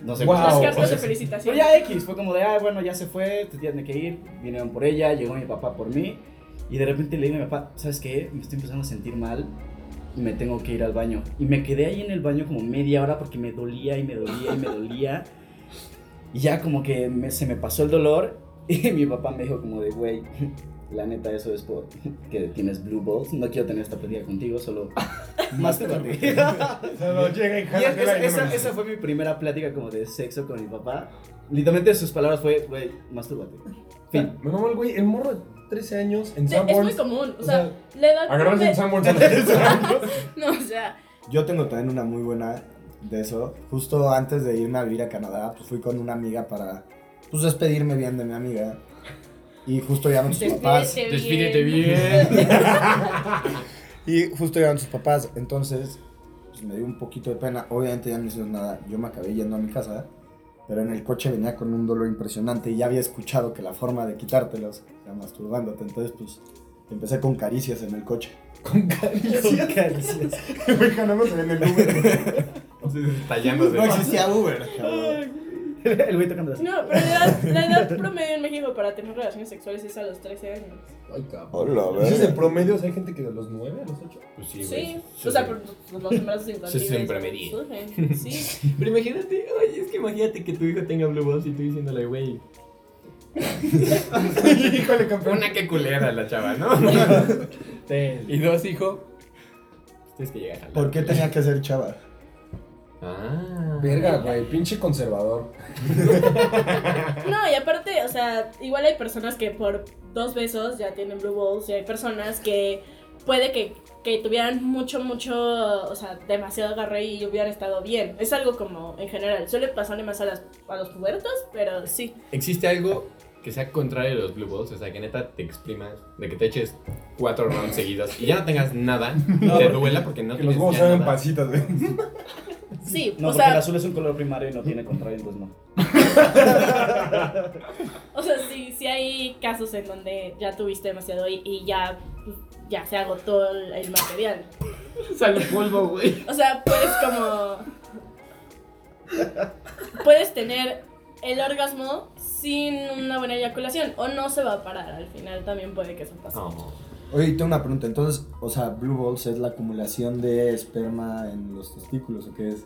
Speaker 2: No sé
Speaker 6: Wow.
Speaker 5: Las
Speaker 2: cosas-
Speaker 5: cartas de
Speaker 2: cosas así. Pero
Speaker 3: Pues
Speaker 5: felicitación.
Speaker 3: eh,
Speaker 2: ya X, fue como de, ah, bueno, ya se fue, te tiene que ir, vinieron por ella, llegó mi papá por mí, y de repente le digo a mi papá, ¿sabes qué? Me estoy empezando a sentir mal, y me tengo que ir al baño. Y me quedé ahí en el baño como media hora porque me dolía y me dolía y me dolía, y ya como que me- se me pasó el dolor, y [LAUGHS] mi papá me dijo como de, güey, la neta eso es por que tienes blue balls, no quiero tener esta plática contigo, solo más [LAUGHS]
Speaker 6: llega y
Speaker 2: y
Speaker 6: jala,
Speaker 2: es- esa,
Speaker 6: jala y no
Speaker 2: esa,
Speaker 6: me-
Speaker 2: esa fue mi primera plática como de sexo con mi papá. Literalmente sus palabras fue, güey, mastúrbate. [LAUGHS] Fin.
Speaker 6: Me mamó el güey, el morro de 13 años en
Speaker 5: Sí, es muy
Speaker 6: Sanborns.
Speaker 5: común,
Speaker 6: o
Speaker 5: o sea, la edad...
Speaker 6: Agarrabas en Sanborns a los 13 años.
Speaker 5: [LAUGHS] No, o sea,
Speaker 4: Yo tengo también una muy buena de eso. Justo antes de irme a vivir a Canadá, pues fui con una amiga para pues despedirme bien de mi amiga. Y justo llegaron sus papás.
Speaker 5: despídete bien.
Speaker 3: Despídete bien. [LAUGHS]
Speaker 4: Y justo llegaron sus papás. Entonces, pues, me dio un poquito de pena. Obviamente ya no hicieron nada. Yo me acabé yendo a mi casa. Pero en el coche venía con un dolor impresionante y ya había escuchado que la forma de quitártelos era masturbándote. Entonces, pues, empecé con caricias en el coche.
Speaker 6: [LAUGHS] Con caricias.
Speaker 2: Caricias.
Speaker 6: El güey jalándose en el
Speaker 4: [LAUGHS]
Speaker 6: Uber.
Speaker 3: [LAUGHS] Estallándose.
Speaker 4: No existía Uber, cabrón.
Speaker 2: El güey tocando así.
Speaker 5: No, pero la edad, la edad promedio en México para tener relaciones sexuales es a los 13 años.
Speaker 6: Ay, cabrón.
Speaker 4: Hola,
Speaker 6: Entonces, en promedio, o sea, hay gente que de los 9 a los 8.
Speaker 3: Pues sí,
Speaker 5: Sí,
Speaker 3: güey.
Speaker 5: o sea, por por los embarazos infantiles.
Speaker 3: Sí, siempre me di. [LAUGHS]
Speaker 5: surgen, Sí.
Speaker 3: Pero imagínate, oye, es que imagínate que tu hijo tenga Blue Balls y tú diciéndole, güey.
Speaker 6: [LAUGHS] Híjole, campeón.
Speaker 3: Una que culera la chava, [LAUGHS] ¿no? y dos, hijo. Tienes que llegar a jalar.
Speaker 4: ¿Por qué tenía que ser chava?
Speaker 3: Ah.
Speaker 6: Verga, güey, pinche conservador.
Speaker 5: No, y aparte, o sea, igual hay personas que por dos besos ya tienen blue balls y hay personas que puede que, que tuvieran mucho, mucho, o sea, demasiado agarre y hubieran estado bien. Es algo como en general, suele pasarle más a, las, a los pubertos, pero sí.
Speaker 3: ¿Existe algo que sea contrario a los Blue Balls? O sea, que neta te exprimas, de que te eches cuatro rounds seguidos y ya no tengas nada, te duela porque no
Speaker 6: que los
Speaker 3: tienes
Speaker 6: huevos
Speaker 3: ya
Speaker 6: saben
Speaker 3: nada.
Speaker 6: pasitas, güey.
Speaker 5: Sí,
Speaker 2: No,
Speaker 5: o,
Speaker 2: porque el
Speaker 5: sea,
Speaker 2: azul es un color primario y no tiene contrario, entonces no.
Speaker 5: o sea, sí, sí hay casos en donde ya tuviste demasiado y, y ya, pues, ya se agotó el- el material.
Speaker 1: [LAUGHS] Sale polvo, güey.
Speaker 5: O sea, puedes como. Puedes tener el orgasmo sin una buena eyaculación. O no se va a parar. Al final también puede que eso pase.
Speaker 3: No.
Speaker 4: Oye, y tengo una pregunta. Entonces, o sea, Blue Balls es la acumulación de esperma en los testículos, ¿o qué es?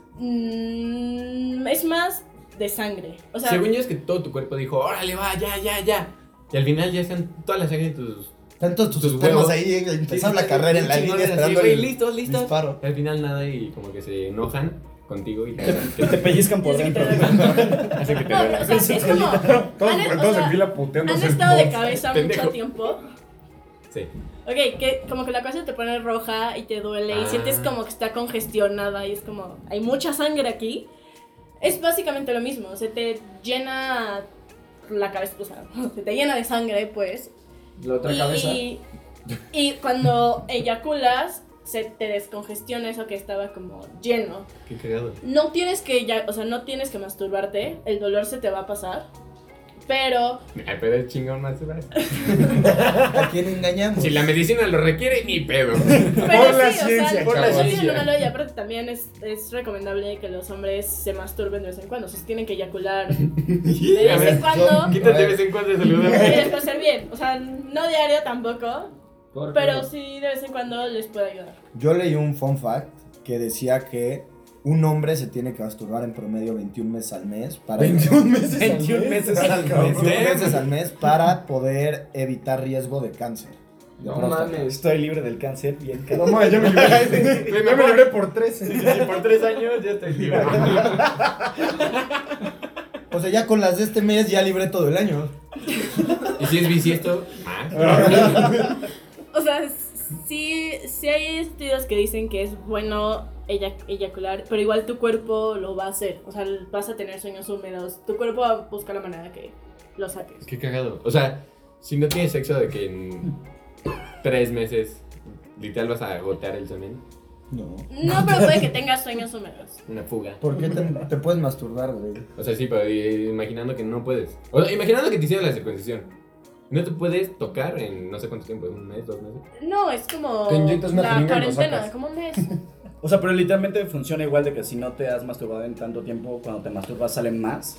Speaker 5: Mm, es más de sangre. O sea,
Speaker 3: Según yo es que todo tu cuerpo dijo, órale, va, ya, ya, ya. Y al final ya están todas las sangre en tus...
Speaker 4: Tantos tus,
Speaker 3: Tus
Speaker 4: espermas
Speaker 3: huevos.
Speaker 4: ahí eh, empezando la
Speaker 3: Sí,
Speaker 4: carrera en la
Speaker 3: sí,
Speaker 4: línea
Speaker 3: chingones, así,
Speaker 4: esperando
Speaker 3: güey,
Speaker 4: el
Speaker 3: listos, listos.
Speaker 4: disparo.
Speaker 3: Y al final nada y como que se enojan contigo [LAUGHS] y...
Speaker 2: Que te [LAUGHS] pellizcan por
Speaker 5: Sí,
Speaker 2: dentro.
Speaker 5: te duele.
Speaker 3: Hacen que te
Speaker 5: no, pero, o
Speaker 3: duela.
Speaker 5: sea, es como.
Speaker 6: [LAUGHS] Todos,
Speaker 5: han, o
Speaker 6: todos
Speaker 5: sea,
Speaker 6: en fila puteándose.
Speaker 5: han estado de
Speaker 6: el
Speaker 5: cabeza
Speaker 3: pendejo.
Speaker 5: mucho tiempo.
Speaker 3: Sí.
Speaker 5: Ok, que como que la cabeza te pone roja y te duele y
Speaker 3: Ah.
Speaker 5: sientes como que está congestionada y es como, hay mucha sangre aquí. Es básicamente lo mismo, se te llena la cabeza, o sea, [LAUGHS] se te llena de sangre, pues.
Speaker 1: La otra
Speaker 5: y,
Speaker 1: cabeza.
Speaker 5: y cuando eyaculas, se te descongestiona eso que estaba como lleno.
Speaker 3: Qué cagado.
Speaker 5: No tienes que, ya, o sea, no tienes que masturbarte, el dolor se te va a pasar, pero
Speaker 3: Ay, pero es chingón más. ¿verdad?
Speaker 4: ¿A quién engañamos?
Speaker 3: Si la medicina lo requiere, ni [LAUGHS] pedo.
Speaker 5: Pero
Speaker 6: Por la
Speaker 5: sí, o
Speaker 6: ciencia,
Speaker 5: sea, por
Speaker 3: chavos.
Speaker 5: la ciencia.
Speaker 3: ciencia.
Speaker 5: no lo hay. aparte también es, es recomendable que los hombres se masturben de vez en cuando. O sea, se tienen que eyacular [LAUGHS] de
Speaker 3: A
Speaker 5: vez
Speaker 3: ver,
Speaker 5: en cuando y
Speaker 3: Quítate de vez en cuando de [LAUGHS] saludar.
Speaker 5: después ser bien. O sea, no diario tampoco,
Speaker 1: Por-
Speaker 5: pero sí de vez en cuando les puede ayudar.
Speaker 4: Yo leí un fun fact que decía que un hombre se tiene que masturbar en promedio 21 meses al mes para
Speaker 2: [LAUGHS]
Speaker 4: [LAUGHS]
Speaker 6: 21 meses.
Speaker 2: 21 meses al mes.
Speaker 4: 21 meses al mes para poder evitar riesgo de cáncer. de
Speaker 1: No
Speaker 4: próstata. [LAUGHS]
Speaker 1: mames.
Speaker 2: Estoy libre del cáncer, bien
Speaker 6: No
Speaker 2: cabrón.
Speaker 6: mames, yo me libré. yo me libré por [LAUGHS] 13.
Speaker 3: por tres años ya estoy libre.
Speaker 4: O sea, ya con las de este mes ya libré todo el año.
Speaker 3: [LAUGHS] Y si es Ah. bisiesto, más. [LAUGHS]
Speaker 5: O sea, s- sí, sí hay estudios que dicen que es bueno eyac- eyacular, pero igual tu cuerpo lo va a hacer. O sea, vas a tener sueños húmedos. Tu cuerpo va a buscar la manera que lo saques. [LAUGHS]
Speaker 3: Qué cagado. O sea, si no tienes sexo de que en tres meses literal vas a agotar el semen,
Speaker 4: No.
Speaker 5: No, pero puede que tengas sueños húmedos.
Speaker 3: una fuga.
Speaker 4: ¿Por qué te, te puedes masturbar, güey?
Speaker 3: O sea, sí, pero i- imaginando que no puedes. O sea, imaginando que te hicieron la circuncisión. No te puedes tocar en no sé cuánto tiempo, un mes, dos meses.
Speaker 5: No, es como
Speaker 6: Te inyectas una
Speaker 5: la
Speaker 6: jeringa y lo
Speaker 5: cuarentena,
Speaker 6: sacas.
Speaker 5: como
Speaker 4: [LAUGHS]
Speaker 5: un mes.
Speaker 2: O sea, pero literalmente funciona igual de que si no te has masturbado en tanto tiempo, cuando te masturbas salen más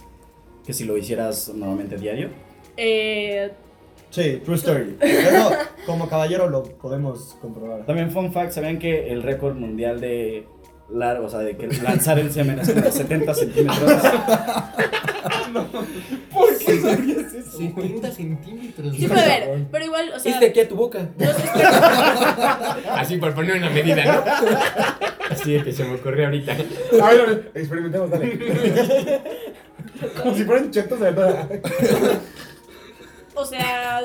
Speaker 2: que si lo hicieras normalmente diario.
Speaker 3: [LAUGHS]
Speaker 5: Eh,
Speaker 4: Sí, true [LAUGHS] story. Eso, como caballero, lo podemos comprobar.
Speaker 2: También fun fact, ¿sabían que el récord mundial de largo, o sea, de que lanzar el semen es como 70 centímetros?
Speaker 5: [LAUGHS]
Speaker 6: ¿Por qué sabías eso?
Speaker 3: 70 centímetros.
Speaker 5: sí puede haber, pero igual, o sea,
Speaker 3: es de aquí a tu boca.
Speaker 5: los expertos-
Speaker 3: Así por poner una medida, ¿no? [LAUGHS] Así de Ah. que se me ocurrió ahorita.
Speaker 6: A ver, a ver, experimentemos, dale. Como si fueran chetos de verdad.
Speaker 5: o sea,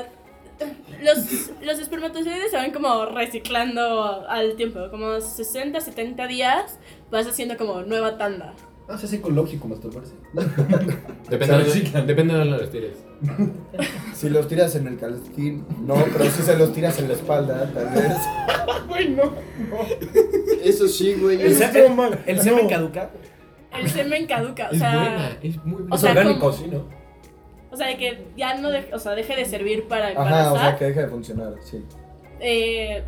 Speaker 5: los, los espermatozoides se van como reciclando al tiempo, como 60, 70 días vas haciendo como nueva tanda.
Speaker 6: Ah, se hace ecológico masturbarse.
Speaker 3: Depende,
Speaker 6: Se
Speaker 3: de,
Speaker 6: reciclan.
Speaker 3: depende de dónde lo tires.
Speaker 4: Si los tiras en el calcetín, no, pero si se los tiras en la espalda, tal [LAUGHS] vez.
Speaker 6: Güey, no.
Speaker 1: Eso sí, güey.
Speaker 2: El
Speaker 1: es-
Speaker 2: semen,
Speaker 6: mal.
Speaker 2: el semen
Speaker 6: No.
Speaker 2: caduca.
Speaker 5: El semen caduca, o
Speaker 3: Es buena,
Speaker 5: sea,
Speaker 3: es muy buena.
Speaker 5: o sea, como-
Speaker 6: sí, ¿no?
Speaker 5: o sea, de que ya no, de- o sea, deje de servir para embarazar.
Speaker 4: Ajá, o sea, que deja de funcionar, sí.
Speaker 5: eh,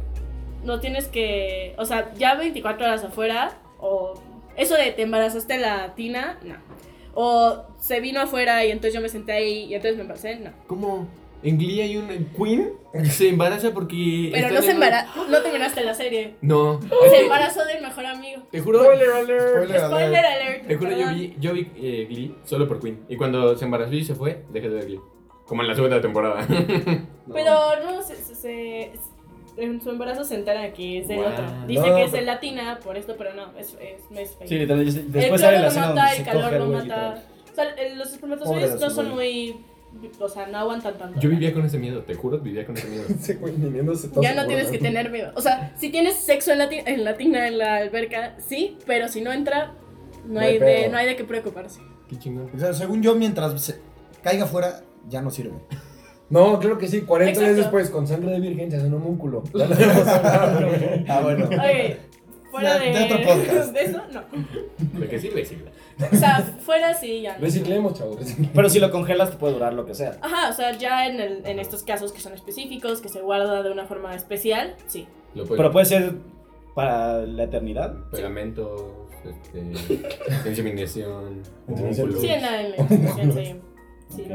Speaker 5: no tienes que, o sea, ya 24 horas afuera, o eso de te embarazaste la tina, no. O se vino afuera y entonces yo me senté ahí y entonces me embaracé, no.
Speaker 3: ¿Cómo? En Glee hay un Queen que se embaraza porque.
Speaker 5: Pero
Speaker 3: está
Speaker 5: no,
Speaker 3: en
Speaker 5: se
Speaker 3: el-
Speaker 5: embara no terminaste la serie.
Speaker 3: No.
Speaker 5: Se embarazó del mejor amigo.
Speaker 3: Te juro.
Speaker 4: Spoiler
Speaker 5: Spoiler
Speaker 4: alert.
Speaker 5: alert.
Speaker 3: Te juro, yo
Speaker 5: perdón.
Speaker 3: vi, yo vi eh, Glee solo por Queen. Y cuando se embarazó y se [LAUGHS] fue, dejé de ver Glee. Como en la segunda temporada.
Speaker 1: No.
Speaker 5: Pero no, se, se- se- en su embarazo se entera que es de
Speaker 3: Guau,
Speaker 5: otro. Dice
Speaker 4: no,
Speaker 5: que es de
Speaker 4: pero-
Speaker 5: latina por esto, pero no, es, es, no es fake.
Speaker 2: Sí, literal, dice-
Speaker 5: el
Speaker 2: después sale la
Speaker 5: calor no
Speaker 2: escena
Speaker 5: mata,
Speaker 2: donde
Speaker 5: el
Speaker 2: se
Speaker 5: calor
Speaker 2: coge
Speaker 5: no
Speaker 2: al güey,
Speaker 5: mata.
Speaker 2: literal.
Speaker 5: O sea, el- los
Speaker 4: Pobre de
Speaker 5: espermatozoides
Speaker 4: su
Speaker 5: no son
Speaker 4: güey.
Speaker 5: muy. O sea, no aguantan tanto.
Speaker 3: Yo vivía con ese miedo, te juro, vivía con ese miedo.
Speaker 6: Ese güey ni viéndose todo
Speaker 5: Ya no
Speaker 6: seguro,
Speaker 5: tienes que tener miedo. O sea, si tienes sexo en, lati- en latina en la alberca, sí, pero si no entra, no,
Speaker 4: No
Speaker 5: hay,
Speaker 4: hay
Speaker 5: de,
Speaker 4: pedo.
Speaker 5: no hay de
Speaker 2: [LAUGHS]
Speaker 5: qué preocuparse.
Speaker 3: Qué chingón.
Speaker 4: O sea, según yo, mientras se caiga fuera, ya no sirve.
Speaker 6: No, claro que sí, 40 días
Speaker 5: Exacto.
Speaker 6: después, con sangre de virgen, se hace un homúnculo. [LAUGHS] Ya lo hemos hablado, güey.
Speaker 4: [LAUGHS] Ah, bueno.
Speaker 5: Ok, fuera
Speaker 4: Ya,
Speaker 5: de,
Speaker 4: de otro podcast.
Speaker 5: de eso, no.
Speaker 3: De que [LAUGHS] sí, recicla.
Speaker 5: O sea, fuera sí, ya no.
Speaker 6: Reciclemos, chavos. reciclemos.
Speaker 2: Pero si lo congelas, te puede durar lo que sea.
Speaker 5: Ajá, o sea, ya en, el- en estos casos que son específicos, que se guarda de una forma especial, sí.
Speaker 3: Lo puedes-
Speaker 2: Pero puede ser para la eternidad.
Speaker 3: Pegamento, este, inseminación,
Speaker 6: Inseminación.
Speaker 3: homúnculo.
Speaker 5: Sí, en la,
Speaker 4: [LAUGHS]
Speaker 5: en la institución, sí. Sí,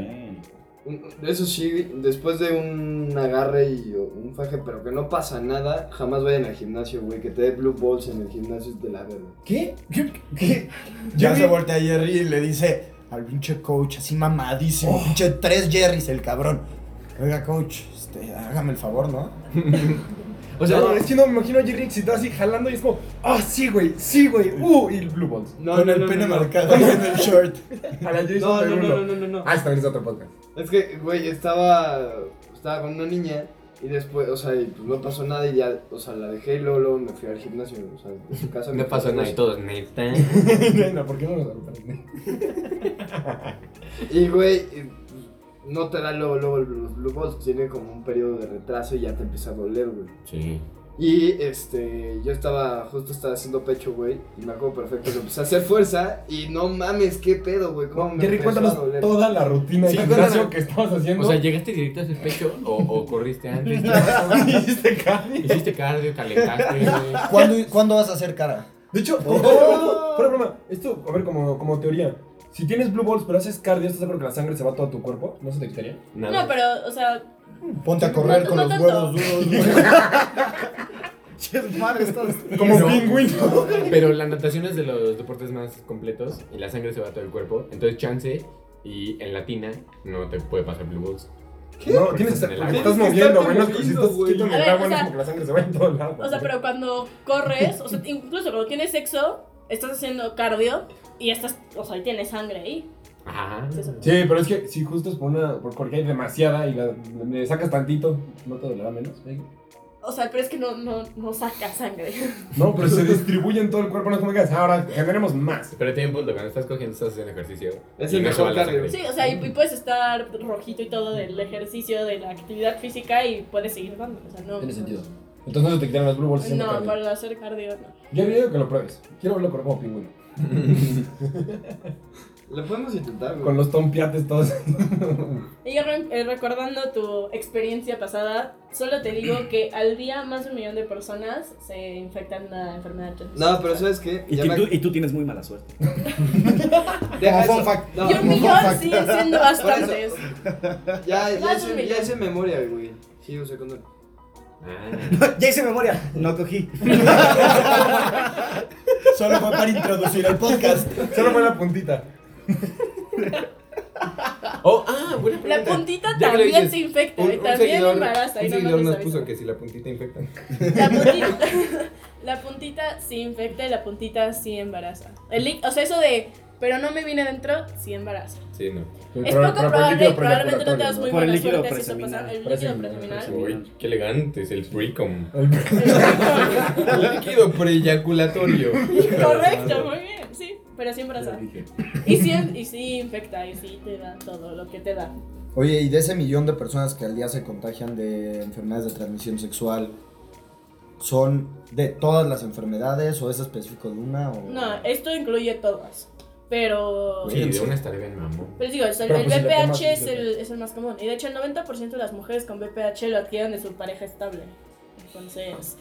Speaker 5: lo-
Speaker 1: Eso sí, después de un agarre y o, un faje, pero que no pasa nada, jamás vayan al gimnasio, güey. Que te dé blue balls en el gimnasio es de la verga.
Speaker 6: ¿Qué? ¿Qué? ¿Qué?
Speaker 4: Ya
Speaker 6: Yo
Speaker 4: se
Speaker 6: vi-
Speaker 4: voltea Jerry y le dice al pinche coach, así mamadísimo, pinche tres Jerrys, el cabrón. Oiga, coach, este, hágame el favor, ¿no?
Speaker 6: O sea, es que no me imagino a Jerry excitado así jalando y es como, ah, sí, güey, sí, güey, uh, y el Blue Balls.
Speaker 1: No,
Speaker 4: Con el pene marcado ahí en el [LAUGHS] short.
Speaker 6: A la Jason
Speaker 1: No, no,
Speaker 6: Derulo.
Speaker 1: no, no, no, no.
Speaker 6: Ah, esta también es otro [LAUGHS] podcast.
Speaker 1: Es que, güey, estaba, estaba con una niña y después, o sea, y pues no pasó nada y ya, o sea, la dejé y luego, luego me fui al gimnasio, o sea, de su
Speaker 3: [LAUGHS]
Speaker 1: casa. me
Speaker 3: No
Speaker 1: fui
Speaker 3: pasó
Speaker 1: al
Speaker 3: nada y
Speaker 1: gimnasio.
Speaker 3: todos, neta.
Speaker 6: no, ¿por qué no nos aguantan?
Speaker 1: Y, güey, y, pues, no te da luego, luego los blue balls, tiene como un periodo de retraso y ya te empieza a doler, güey.
Speaker 3: Sí.
Speaker 1: Y este, yo estaba, justo estaba haciendo pecho, güey, y me acuerdo perfecto que empecé a hacer fuerza y no mames, qué pedo, güey, cómo me
Speaker 6: Jerry,
Speaker 1: empezó a
Speaker 6: cuéntanos
Speaker 1: doler.
Speaker 6: toda la rutina de
Speaker 3: Sí,
Speaker 6: gimnasio
Speaker 3: cuéntame.
Speaker 6: que estabas haciendo.
Speaker 3: O sea, ¿llegaste directo a ese pecho o, o corriste antes?
Speaker 6: hiciste cardio.
Speaker 3: ¿Hiciste cardio, calentaste? güey?
Speaker 4: ¿Cuándo, ¿Cuándo vas a hacer cara?
Speaker 3: [LAUGHS]
Speaker 6: De hecho,
Speaker 3: Oh.
Speaker 6: [LAUGHS] fuera fuera de broma, esto, a ver, como, como teoría. Si tienes Blue Balls pero haces cardio, ¿estás de acuerdo que la sangre se va a todo tu cuerpo? ¿No se te quitaría?
Speaker 3: Nada.
Speaker 5: No, pero, o sea,
Speaker 4: Ponte a correr
Speaker 5: No,
Speaker 4: con
Speaker 5: no
Speaker 4: los
Speaker 5: tanto.
Speaker 4: huevos duros. güey. Ches, madre, estás.
Speaker 6: Como
Speaker 3: No. [LAUGHS]
Speaker 6: pingüino.
Speaker 3: Pero la natación es de los deportes más completos y la sangre se va a todo el cuerpo. Entonces, chance y en latina no te puede pasar Blue Balls.
Speaker 6: No,
Speaker 3: Porque
Speaker 6: tienes
Speaker 3: estás Pues en el
Speaker 6: porque
Speaker 3: agua.
Speaker 6: estás
Speaker 1: Tienes que
Speaker 6: moviendo,
Speaker 1: estarte
Speaker 6: güey. No es como si
Speaker 1: moviendo,
Speaker 6: estás
Speaker 1: güey.
Speaker 6: quitando
Speaker 5: A
Speaker 6: el
Speaker 5: ver,
Speaker 6: agua,
Speaker 5: o
Speaker 6: no es
Speaker 5: sea-
Speaker 6: como que la sangre se va en todo el agua.
Speaker 5: o sea, pero cuando corres, o sea, incluso cuando tienes sexo, estás haciendo cardio y estás, o sea, y tienes sangre ahí.
Speaker 3: Ajá.
Speaker 5: Sí, sí.
Speaker 6: Sí, pero es que si justo es por una, por porque hay demasiada y la, le sacas tantito, no te dolerá menos. ¿eh?
Speaker 5: O sea, pero es que no, no, no saca sangre. [LAUGHS]
Speaker 6: No, pero
Speaker 3: [LAUGHS]
Speaker 6: se distribuye en todo el cuerpo, no es como que "Ah, ahora generemos más.
Speaker 3: Pero tiene un punto, cuando estás cogiendo, estás haciendo ejercicio.
Speaker 1: Es
Speaker 3: y
Speaker 1: el
Speaker 3: no se va
Speaker 1: mejor
Speaker 3: la
Speaker 1: cardio.
Speaker 3: sangre.
Speaker 5: Sí, o sea, y, y puedes estar rojito y todo del ejercicio, de la actividad física y puedes seguir dando. O sea, no.
Speaker 6: Tiene sentido. Entonces no se te quitan las blue balls haciendo
Speaker 5: No,
Speaker 6: cardio.
Speaker 5: para hacer cardio no.
Speaker 6: Yo digo que lo pruebes. Quiero verlo correr como pingüino.
Speaker 1: Lo podemos intentar, güey.
Speaker 6: Con los
Speaker 1: [LAUGHS]
Speaker 6: tompiates todos.
Speaker 5: Y ya re- eh, recordando tu experiencia pasada, solo te digo que al día más de un millón de personas se infectan de la enfermedad.
Speaker 1: No, pero ¿sabes qué?
Speaker 7: Y,
Speaker 1: Ya
Speaker 7: ti-
Speaker 1: me-
Speaker 7: tú, y tú tienes muy mala suerte.
Speaker 1: Deja
Speaker 4: Como
Speaker 1: eso.
Speaker 4: fun fact.
Speaker 1: No,
Speaker 5: Y un
Speaker 4: no,
Speaker 5: millón
Speaker 4: fuck.
Speaker 5: siguen siendo bastantes.
Speaker 1: ya, ya,
Speaker 5: Más de un
Speaker 1: hice,
Speaker 5: millón.
Speaker 1: ya hice memoria, güey. Sí, usé condón.
Speaker 3: Ah.
Speaker 7: ya hice memoria. No cogí.
Speaker 4: [LAUGHS] Solo fue para introducir el podcast.
Speaker 6: Solo fue la puntita.
Speaker 3: Oh, ah, buena
Speaker 5: La
Speaker 3: pregunta.
Speaker 5: puntita
Speaker 3: Ya que lo
Speaker 5: también
Speaker 3: dices,
Speaker 5: se infecta
Speaker 3: un-
Speaker 5: y
Speaker 3: un
Speaker 5: también
Speaker 3: seguidor-
Speaker 5: embaraza. y
Speaker 3: Un
Speaker 5: no
Speaker 3: seguidor
Speaker 5: mames,
Speaker 3: nos
Speaker 5: ¿sabes?
Speaker 3: puso que si la puntita infecta.
Speaker 5: La puntita,
Speaker 3: [LAUGHS]
Speaker 5: la puntita sí infecta y la puntita sí embaraza. El, lic- o sea, eso de, pero no me vine dentro, sí embaraza.
Speaker 3: Sí, no.
Speaker 5: Es poco probable y probablemente no te das muy
Speaker 7: Por el
Speaker 5: buena
Speaker 7: líquido
Speaker 5: suerte si eso pasa. El líquido
Speaker 6: preseminal.
Speaker 5: preseminal.
Speaker 3: Pues, Uy, qué elegante es el [LAUGHS] precom.
Speaker 5: Correcto,
Speaker 3: Líquido preyaculatorio.
Speaker 5: [LAUGHS] Correcto, muy bien, sí, pero sí embaraza. Y sí, y sí infecta y sí te da todo lo que te da.
Speaker 4: Oye, y de ese millón de personas que al día se contagian de enfermedades de transmisión sexual, ¿son de todas las enfermedades o es específico de una? O...
Speaker 5: No, esto incluye todas, pero...
Speaker 3: Sí, de una estaré bien, mamón.
Speaker 5: Pero digo, o sea, el,
Speaker 6: Pero pues si
Speaker 5: el
Speaker 6: la tomas,
Speaker 5: VPH es
Speaker 6: sí se
Speaker 5: el, es el más común. Y de hecho, el 90% de las mujeres con VPH lo adquieren de su pareja estable. Entonces,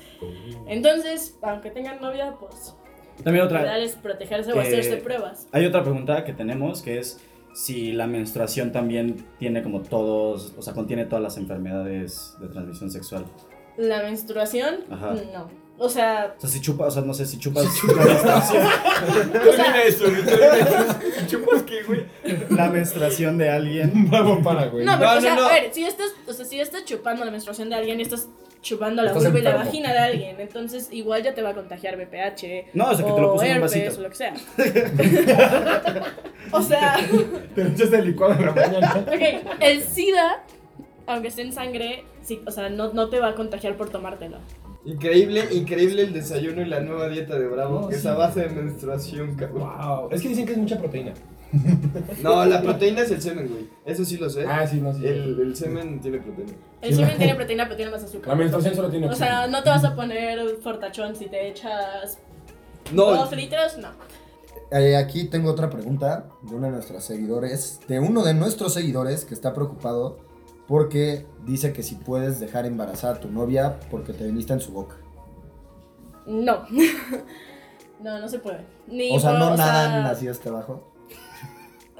Speaker 5: entonces aunque tengan novia, pues
Speaker 7: También
Speaker 5: lo
Speaker 7: otra.
Speaker 5: ideal es protegerse o
Speaker 7: que-
Speaker 5: hacerse pruebas.
Speaker 7: Hay otra pregunta que tenemos que es si la menstruación también tiene como todos, o sea, contiene todas las enfermedades de transmisión sexual.
Speaker 5: La menstruación,
Speaker 7: Ajá.
Speaker 5: no. O sea,
Speaker 7: O sea, si chupas, o sea, no sé si chupas la [LAUGHS] menstruación,
Speaker 3: Termina eso, termina eso. [LAUGHS] Chupas qué, güey.
Speaker 7: la menstruación de alguien.
Speaker 6: [LAUGHS] Bravo para, güey.
Speaker 5: no, pero,
Speaker 1: No,
Speaker 5: o sea,
Speaker 1: no, no.
Speaker 5: a ver, si estás, o sea, si estás chupando la menstruación de alguien y estás chupando la
Speaker 6: Estás
Speaker 5: vulva y la
Speaker 6: enfermo.
Speaker 5: vagina de alguien. Entonces, igual ya te va a contagiar BPH.
Speaker 7: No, o sea, que te lo
Speaker 5: o
Speaker 7: puse en un
Speaker 5: herpes, o
Speaker 7: vasito.
Speaker 5: lo que sea. [LAUGHS] o
Speaker 7: [LAUGHS]
Speaker 5: sea,
Speaker 6: Te lo echaste el licuado en la mañana.
Speaker 5: [LAUGHS] ok, el SIDA, aunque esté en sangre, sí, o sea, no, no te va a contagiar por tomártelo.
Speaker 1: Increíble, increíble el desayuno y la nueva dieta de Bravo,
Speaker 6: No,
Speaker 1: que es
Speaker 6: sí.
Speaker 1: a base de menstruación, cabrón.
Speaker 6: Wow. Es que dicen que es mucha proteína.
Speaker 1: No, la proteína es el semen, güey. Eso sí lo sé.
Speaker 6: Ah, sí, no, sí.
Speaker 1: El, el semen tiene proteína.
Speaker 5: El semen tiene proteína, pero tiene más
Speaker 6: La
Speaker 5: azúcar.
Speaker 6: menstruación solo tiene
Speaker 5: O
Speaker 6: oxígeno. [LAUGHS]
Speaker 5: sea, no te vas a poner fortachón si te echas
Speaker 1: No,
Speaker 5: dos litros, no.
Speaker 4: Eh, aquí tengo otra pregunta de uno de nuestros seguidores, de uno de nuestros seguidores que está preocupado porque dice que si puedes dejar embarazada a tu novia porque te viniste en su boca.
Speaker 5: No. [LAUGHS] no, no se puede. Ni
Speaker 4: O sea,
Speaker 5: por-
Speaker 4: no
Speaker 5: o sea,
Speaker 4: nadan así hasta abajo.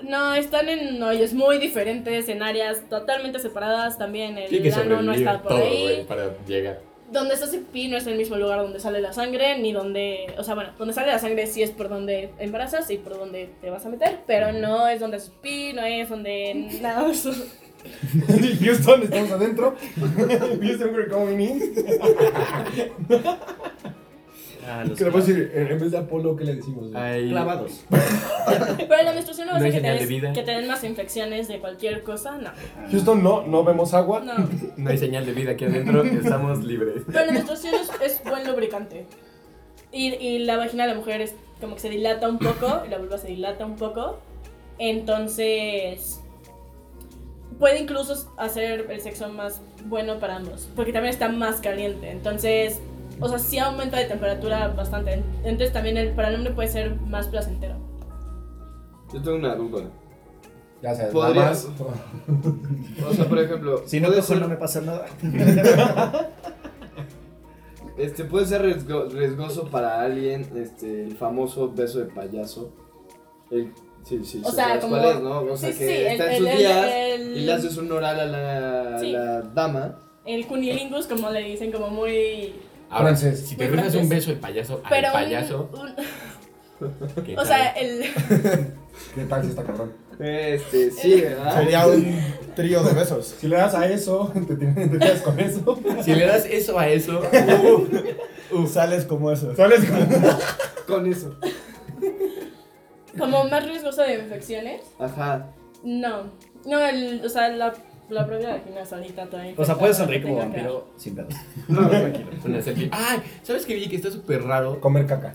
Speaker 5: No, están en hoyos muy diferentes, en áreas totalmente separadas también. El
Speaker 3: Tiene que
Speaker 5: ano no
Speaker 3: sobrevivir
Speaker 5: está por
Speaker 3: todo,
Speaker 5: ahí.
Speaker 3: güey, para llegar.
Speaker 5: Donde está ese pi no es el mismo lugar donde sale la sangre, ni donde. O sea, bueno, donde sale la sangre sí es por donde embarazas y por donde te vas a meter, pero no es donde es pi, no es donde nada de eso. [LAUGHS]
Speaker 6: Sí, Houston, estamos adentro. [LAUGHS] Houston, we're coming in.
Speaker 7: Ah,
Speaker 6: Que le puedo decir, en en vez de Apolo, ¿qué le decimos? güey?
Speaker 3: Hay
Speaker 7: Clavados.
Speaker 5: Pero la menstruación no va a
Speaker 3: No hay
Speaker 5: ser que,
Speaker 3: señal de
Speaker 5: te des-
Speaker 3: vida.
Speaker 5: que te den más infecciones de cualquier cosa, no.
Speaker 6: Houston, no, no vemos agua.
Speaker 5: No.
Speaker 3: No hay señal de vida aquí
Speaker 5: [LAUGHS]
Speaker 3: adentro, estamos libres.
Speaker 5: Pero la menstruación es, es buen lubricante. Y, y la vagina de la mujer es como que se dilata un poco, y la vulva se dilata un poco. Entonces, puede incluso hacer el sexo más bueno para ambos, porque también está más caliente. Entonces, o sea, sí aumenta de temperatura bastante. Entonces, también el, para el hombre puede ser más placentero.
Speaker 1: yo tengo una duda.
Speaker 6: Ya sabes, nada
Speaker 1: Podría-
Speaker 6: más.
Speaker 1: O sea, por
Speaker 4: [LAUGHS]
Speaker 1: ejemplo,
Speaker 7: Si no
Speaker 1: puede,
Speaker 7: cojo,
Speaker 1: ser,
Speaker 7: no me pasa nada.
Speaker 1: este, puede ser riesgo- riesgoso para alguien este, el famoso beso de payaso. El- sí, sí,
Speaker 5: O
Speaker 1: sí,
Speaker 5: sea,
Speaker 1: sabes
Speaker 5: como-
Speaker 1: cuál es, ¿no? O sea,
Speaker 5: sí,
Speaker 1: que
Speaker 5: sí,
Speaker 1: está
Speaker 5: el-
Speaker 1: en sus
Speaker 5: el-
Speaker 1: días
Speaker 5: el-
Speaker 1: y le haces un oral a la,
Speaker 5: Sí.
Speaker 1: la dama.
Speaker 5: El cunilingus, como le dicen, como muy...
Speaker 3: Ahora,
Speaker 6: Francés.
Speaker 3: si te rifas un beso de payaso al
Speaker 5: Pero un-
Speaker 3: payaso,
Speaker 5: un-
Speaker 3: ¿qué
Speaker 5: o
Speaker 3: tal?
Speaker 5: sea, el...
Speaker 6: ¿Qué tal si está cabrón?
Speaker 5: [LAUGHS]
Speaker 1: Este, sí, ¿verdad?
Speaker 4: Ah. Sería un trío de besos.
Speaker 6: Si le das a eso, [LAUGHS] te, te, te quedas con eso.
Speaker 3: si le das eso a eso,
Speaker 5: [LAUGHS]
Speaker 4: Sales como eso.
Speaker 6: Sales con.
Speaker 1: Con eso.
Speaker 5: como más riesgoso de infecciones.
Speaker 1: Ajá.
Speaker 5: No, no, el, o sea, la, la propia vagina solita todavía.
Speaker 7: O sea, puedes
Speaker 5: infectada,
Speaker 7: sonreír como
Speaker 5: tengo que-
Speaker 7: vampiro sin pedos.
Speaker 1: No,
Speaker 3: una selfie. Ay, ¿sabes qué vi que está súper raro? [LAUGHS]
Speaker 6: Comer caca.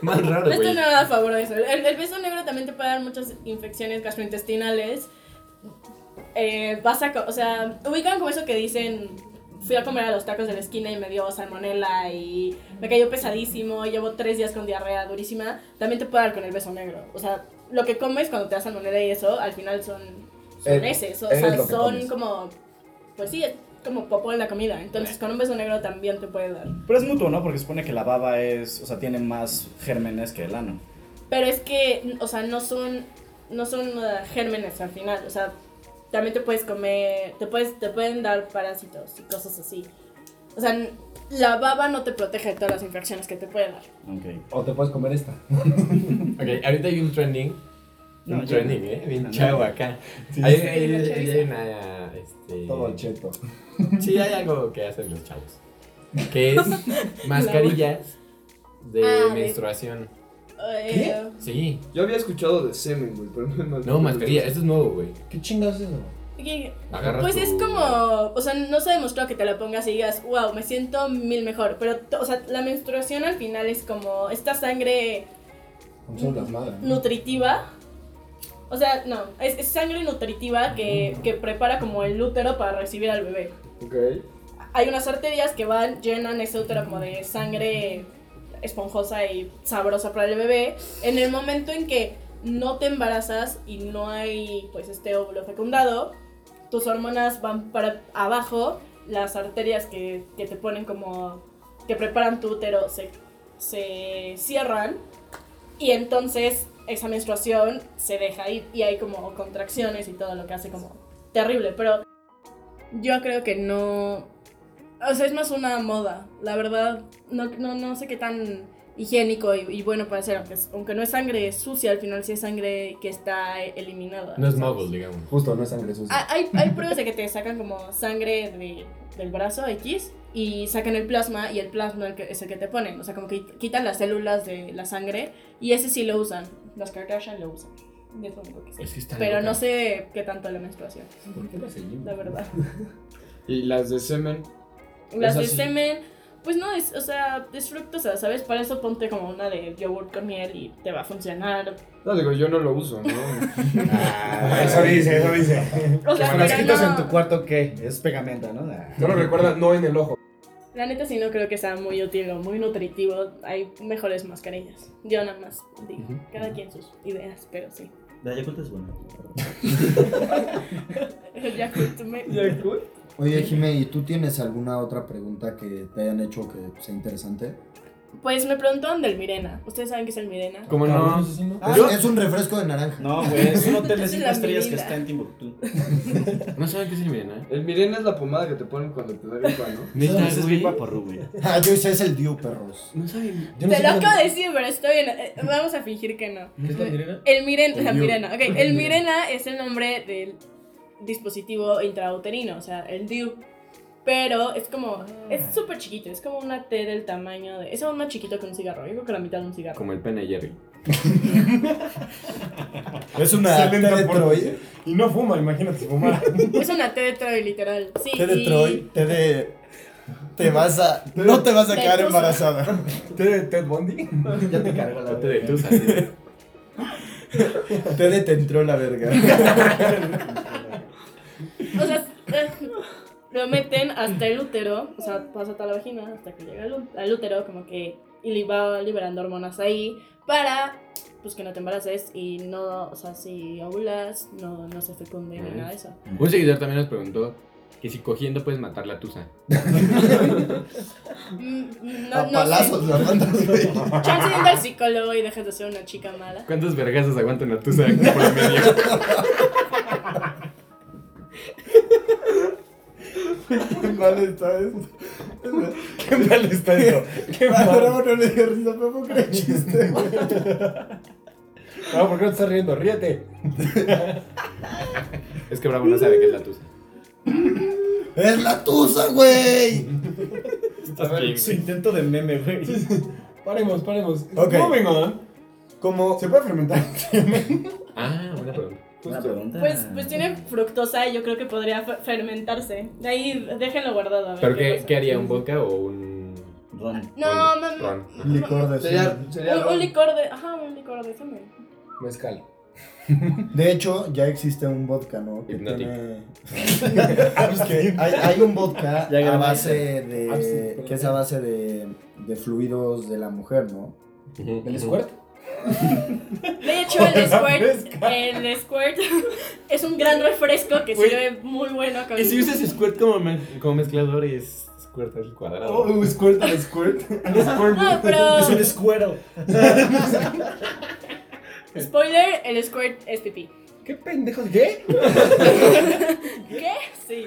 Speaker 3: Más raro,
Speaker 5: No estoy
Speaker 3: güey.
Speaker 5: nada a favor de eso. El, el beso negro también te puede dar muchas infecciones gastrointestinales. Eh, vas a, co- o sea, ubican como eso que dicen, fui a comer a los tacos de la esquina y me dio salmonela y me cayó pesadísimo y llevo tres días con diarrea durísima. También te puede dar con el beso negro. O sea, lo que comes cuando te da salmonela y eso, al final son, son
Speaker 6: Eh,
Speaker 5: heces, O
Speaker 6: eres
Speaker 5: sea,
Speaker 6: lo que
Speaker 5: son
Speaker 6: comes.
Speaker 5: como, pues sí, es como popó en la comida. Entonces, con un beso negro también te puede dar.
Speaker 7: Pero es mutuo, ¿no? Porque supone que la baba es, o sea, tiene más gérmenes que el ano.
Speaker 5: Pero es que, o sea, no son, no son uh, gérmenes al final, o sea, también te puedes comer, te, puedes, te pueden dar parásitos y cosas así. O sea, n- la baba no te protege de todas las infecciones que te puede dar.
Speaker 7: Ok.
Speaker 6: O te puedes comer esta.
Speaker 3: Ok, ahorita hay un trending.
Speaker 7: No,
Speaker 3: un
Speaker 7: ya
Speaker 3: trending, ¿eh? Bien
Speaker 7: No,
Speaker 3: chavo
Speaker 7: no.
Speaker 3: acá.
Speaker 6: Sí.
Speaker 3: hay, hay- hay- hay una. Este,
Speaker 6: Todo cheto.
Speaker 3: Sí, hay algo que hacen los chavos.
Speaker 5: [LAUGHS]
Speaker 3: Que es mascarillas de
Speaker 5: Ah, de-
Speaker 3: menstruación.
Speaker 5: Eh,
Speaker 3: Sí,
Speaker 1: Yo había escuchado de semen, güey, pero no me
Speaker 3: no, mascarilla. Esto es nuevo, güey.
Speaker 6: ¿Qué chingados es eso?
Speaker 5: y-
Speaker 3: Agarras
Speaker 5: Pues
Speaker 3: tu-
Speaker 5: es como, o sea, no se ha demostrado que te la pongas y digas, wow, me siento mil mejor, pero, to- o sea, la menstruación al final es como esta sangre
Speaker 6: Son solo las madres. ¿no?
Speaker 5: nutritiva. O sea, no, es, es sangre nutritiva que, que prepara como el útero para recibir al bebé.
Speaker 1: Ok.
Speaker 5: Hay unas arterias que van, llenan ese útero como de sangre esponjosa y sabrosa para el bebé. En el momento en que no te embarazas y no hay pues este óvulo fecundado, tus hormonas van para abajo, las arterias que, que te ponen como que preparan tu útero se, se cierran y entonces esa menstruación se deja ir y hay como contracciones y todo lo que hace como terrible, pero yo creo que no... O sea, es más una moda, la verdad, no, no, no sé qué tan higiénico y, y bueno puede ser, aunque, es- aunque no es sangre sucia, al final sí es sangre que está eliminada.
Speaker 3: No es
Speaker 5: ¿sabes?
Speaker 3: mogul, digamos.
Speaker 6: Justo, no es sangre sucia.
Speaker 5: Ah, Hay, hay pruebas de que te sacan como sangre de, del brazo X y sacan el plasma y el plasma es el que te ponen. O sea, como que quitan las células de la sangre y ese sí lo usan. Las Kardashian lo usan. Es lo único que sé.
Speaker 3: Es que está
Speaker 5: Pero
Speaker 3: loca.
Speaker 5: no sé qué tanto la menstruación,
Speaker 3: ¿Por qué la seguimos?
Speaker 5: [LAUGHS] la verdad.
Speaker 1: Y las de semen.
Speaker 5: Las
Speaker 1: Esa
Speaker 5: de
Speaker 1: sí.
Speaker 5: semen, pues no, es, o sea, es fructosa, ¿sabes? Para eso ponte como una de yogurt con miel y te va a funcionar.
Speaker 1: No, digo, yo no lo uso,
Speaker 5: [LAUGHS]
Speaker 1: ¿no?
Speaker 3: Ah,
Speaker 7: [LAUGHS] Eso dice, eso dice.
Speaker 5: O sea,
Speaker 7: Cuando
Speaker 5: pero
Speaker 7: escritas
Speaker 5: no,
Speaker 7: en tu cuarto, ¿qué? Es pegamento, ¿no? Ah.
Speaker 6: No lo recuerda, no en el ojo.
Speaker 5: la neta sí no creo que sea muy útil o muy nutritivo. Hay mejores mascarillas. Yo nada más digo,
Speaker 3: Ujú.
Speaker 5: cada quien sus ideas, pero sí.
Speaker 7: La Yakult es
Speaker 5: [LAUGHS]
Speaker 7: buena.
Speaker 5: Ya me-
Speaker 4: Oye, Jimé, ¿y tú tienes alguna otra pregunta que te hayan hecho que sea interesante?
Speaker 5: Pues me preguntaron del Mirena. ¿Ustedes saben qué es el Mirena?
Speaker 3: ¿Cómo no?
Speaker 6: sé si no.
Speaker 2: Ah.
Speaker 5: Ah,
Speaker 4: Es,
Speaker 3: ¿Yo?
Speaker 4: es un refresco
Speaker 2: [LAUGHS]
Speaker 4: de naranja.
Speaker 7: No, güey, es un hotel de
Speaker 5: Es
Speaker 7: 5
Speaker 5: la
Speaker 7: estrellas que
Speaker 5: medida.
Speaker 7: está en Timbuktu.
Speaker 3: No saben qué es el Mirena.
Speaker 1: El Mirena es la pomada que te ponen cuando te da gripa, ¿no?
Speaker 7: Eso
Speaker 3: Neta,
Speaker 7: es
Speaker 3: güey.
Speaker 7: pipa por rubia.
Speaker 4: Ah, yo hice es el Diu, perros.
Speaker 3: No saben.
Speaker 6: Yo no
Speaker 5: Te
Speaker 6: sé
Speaker 5: lo
Speaker 6: qué-
Speaker 5: acabo de decir, pero estoy bien. eh, Vamos a fingir que no.
Speaker 6: ¿Qué es la Mirena?
Speaker 5: El Mirena, la
Speaker 4: El Diu.
Speaker 5: Mirena, ok.
Speaker 4: [LAUGHS]
Speaker 5: El Mirena es el nombre del dispositivo intrauterino, o sea, el DIU. Pero es como, es súper chiquito, es como una T del tamaño de... Es aún más chiquito que un cigarro, yo creo que la mitad de un cigarro.
Speaker 3: Como el pene de Jerry.
Speaker 4: Es una té
Speaker 6: Excelente
Speaker 4: de
Speaker 6: aporte.
Speaker 4: Troy.
Speaker 6: Y no fuma, imagínate
Speaker 5: [LAUGHS]
Speaker 6: fumar.
Speaker 5: Es una T de Troy, literal. Sí,
Speaker 4: Té de
Speaker 5: y-
Speaker 4: Troy, té de... Te vas a... No te vas a
Speaker 5: Te
Speaker 4: quedar
Speaker 5: puso.
Speaker 4: embarazada.
Speaker 6: ¿Té de Ted Bundy?
Speaker 7: Ya te cargo la
Speaker 3: Parte de tus así de-
Speaker 4: Té de te entró la verga.
Speaker 5: O sea, eh, lo meten hasta el útero, o sea, pasa hasta la vagina, hasta que llega al, ú- al útero, como que y le va liberando hormonas ahí para pues que no te embaraces y no, o sea, si ovulas, no, no se fecunde ni nada de eso.
Speaker 3: Un seguidor también nos preguntó que si cogiendo puedes matar la tusa.
Speaker 5: Mm, mm, No,
Speaker 4: A
Speaker 5: no
Speaker 4: palazos
Speaker 5: sé.
Speaker 4: la mandas, güey.
Speaker 5: Chance yendo al psicólogo y dejas de ser una chica mala.
Speaker 3: ¿Cuántos vergazos aguanta una tusa por medio?
Speaker 4: Qué mal está esto.
Speaker 6: ¿Qué mal está eso? ¿Qué
Speaker 4: Ah,
Speaker 6: mal?
Speaker 4: no, no le dio risa, pero fue un chiste, güey.
Speaker 6: No, Ah, ¿por qué no te estás riendo? Ríete.
Speaker 3: Es que Bravo no sabe qué es la tusa.
Speaker 4: ¡Es la tusa, güey!
Speaker 3: Estás
Speaker 7: Su intento de meme, güey.
Speaker 6: Paremos, paremos.
Speaker 4: Ok.
Speaker 6: Moving on.
Speaker 4: Como...
Speaker 6: ¿Se puede fermentar?
Speaker 3: Ah, buena pregunta.
Speaker 7: Una pregunta.
Speaker 5: Pues,
Speaker 2: Ah.
Speaker 5: pues tiene fructosa y yo creo que podría fe- fermentarse. De ahí déjenlo guardado. A ver
Speaker 3: ¿Pero qué,
Speaker 5: pasa.
Speaker 3: qué haría? ¿Un vodka o un.?
Speaker 7: Ron.
Speaker 5: No,
Speaker 3: Ron.
Speaker 5: mam-
Speaker 3: Ron.
Speaker 4: Licor de
Speaker 1: Sería,
Speaker 4: semen.
Speaker 1: sería
Speaker 5: un, un
Speaker 1: ron.
Speaker 5: licor de. Ajá, un licor de semen.
Speaker 6: Mezcal.
Speaker 4: De hecho, ya existe un vodka, ¿no? Que
Speaker 3: Hipnótico.
Speaker 4: tiene... Ah, pues que hay, hay un vodka
Speaker 7: Ya
Speaker 4: a
Speaker 7: grabé.
Speaker 4: base
Speaker 6: Absinthe,
Speaker 4: de...
Speaker 6: pero-
Speaker 4: que es a base de, de fluidos de la mujer, ¿no?
Speaker 3: Ujú,
Speaker 6: ¿El
Speaker 3: ujú.
Speaker 6: squirt?
Speaker 5: De hecho, el
Speaker 6: Hola,
Speaker 5: Squirt,
Speaker 6: fresca.
Speaker 5: el Squirt [LAUGHS] es un gran refresco que
Speaker 3: Güey.
Speaker 5: sirve muy bueno con
Speaker 3: [LAUGHS] Y si usas squirt como, me- como mezclador, es squirt al cuadrado.
Speaker 6: Oh, un squirt, el squirt. El squirt.
Speaker 5: No, Ah, pero
Speaker 7: Es un escuero.
Speaker 5: [LAUGHS] spoiler, el Squirt es pipí.
Speaker 6: ¿Qué pendejos? ¿Qué?
Speaker 5: ¿Qué? Sí.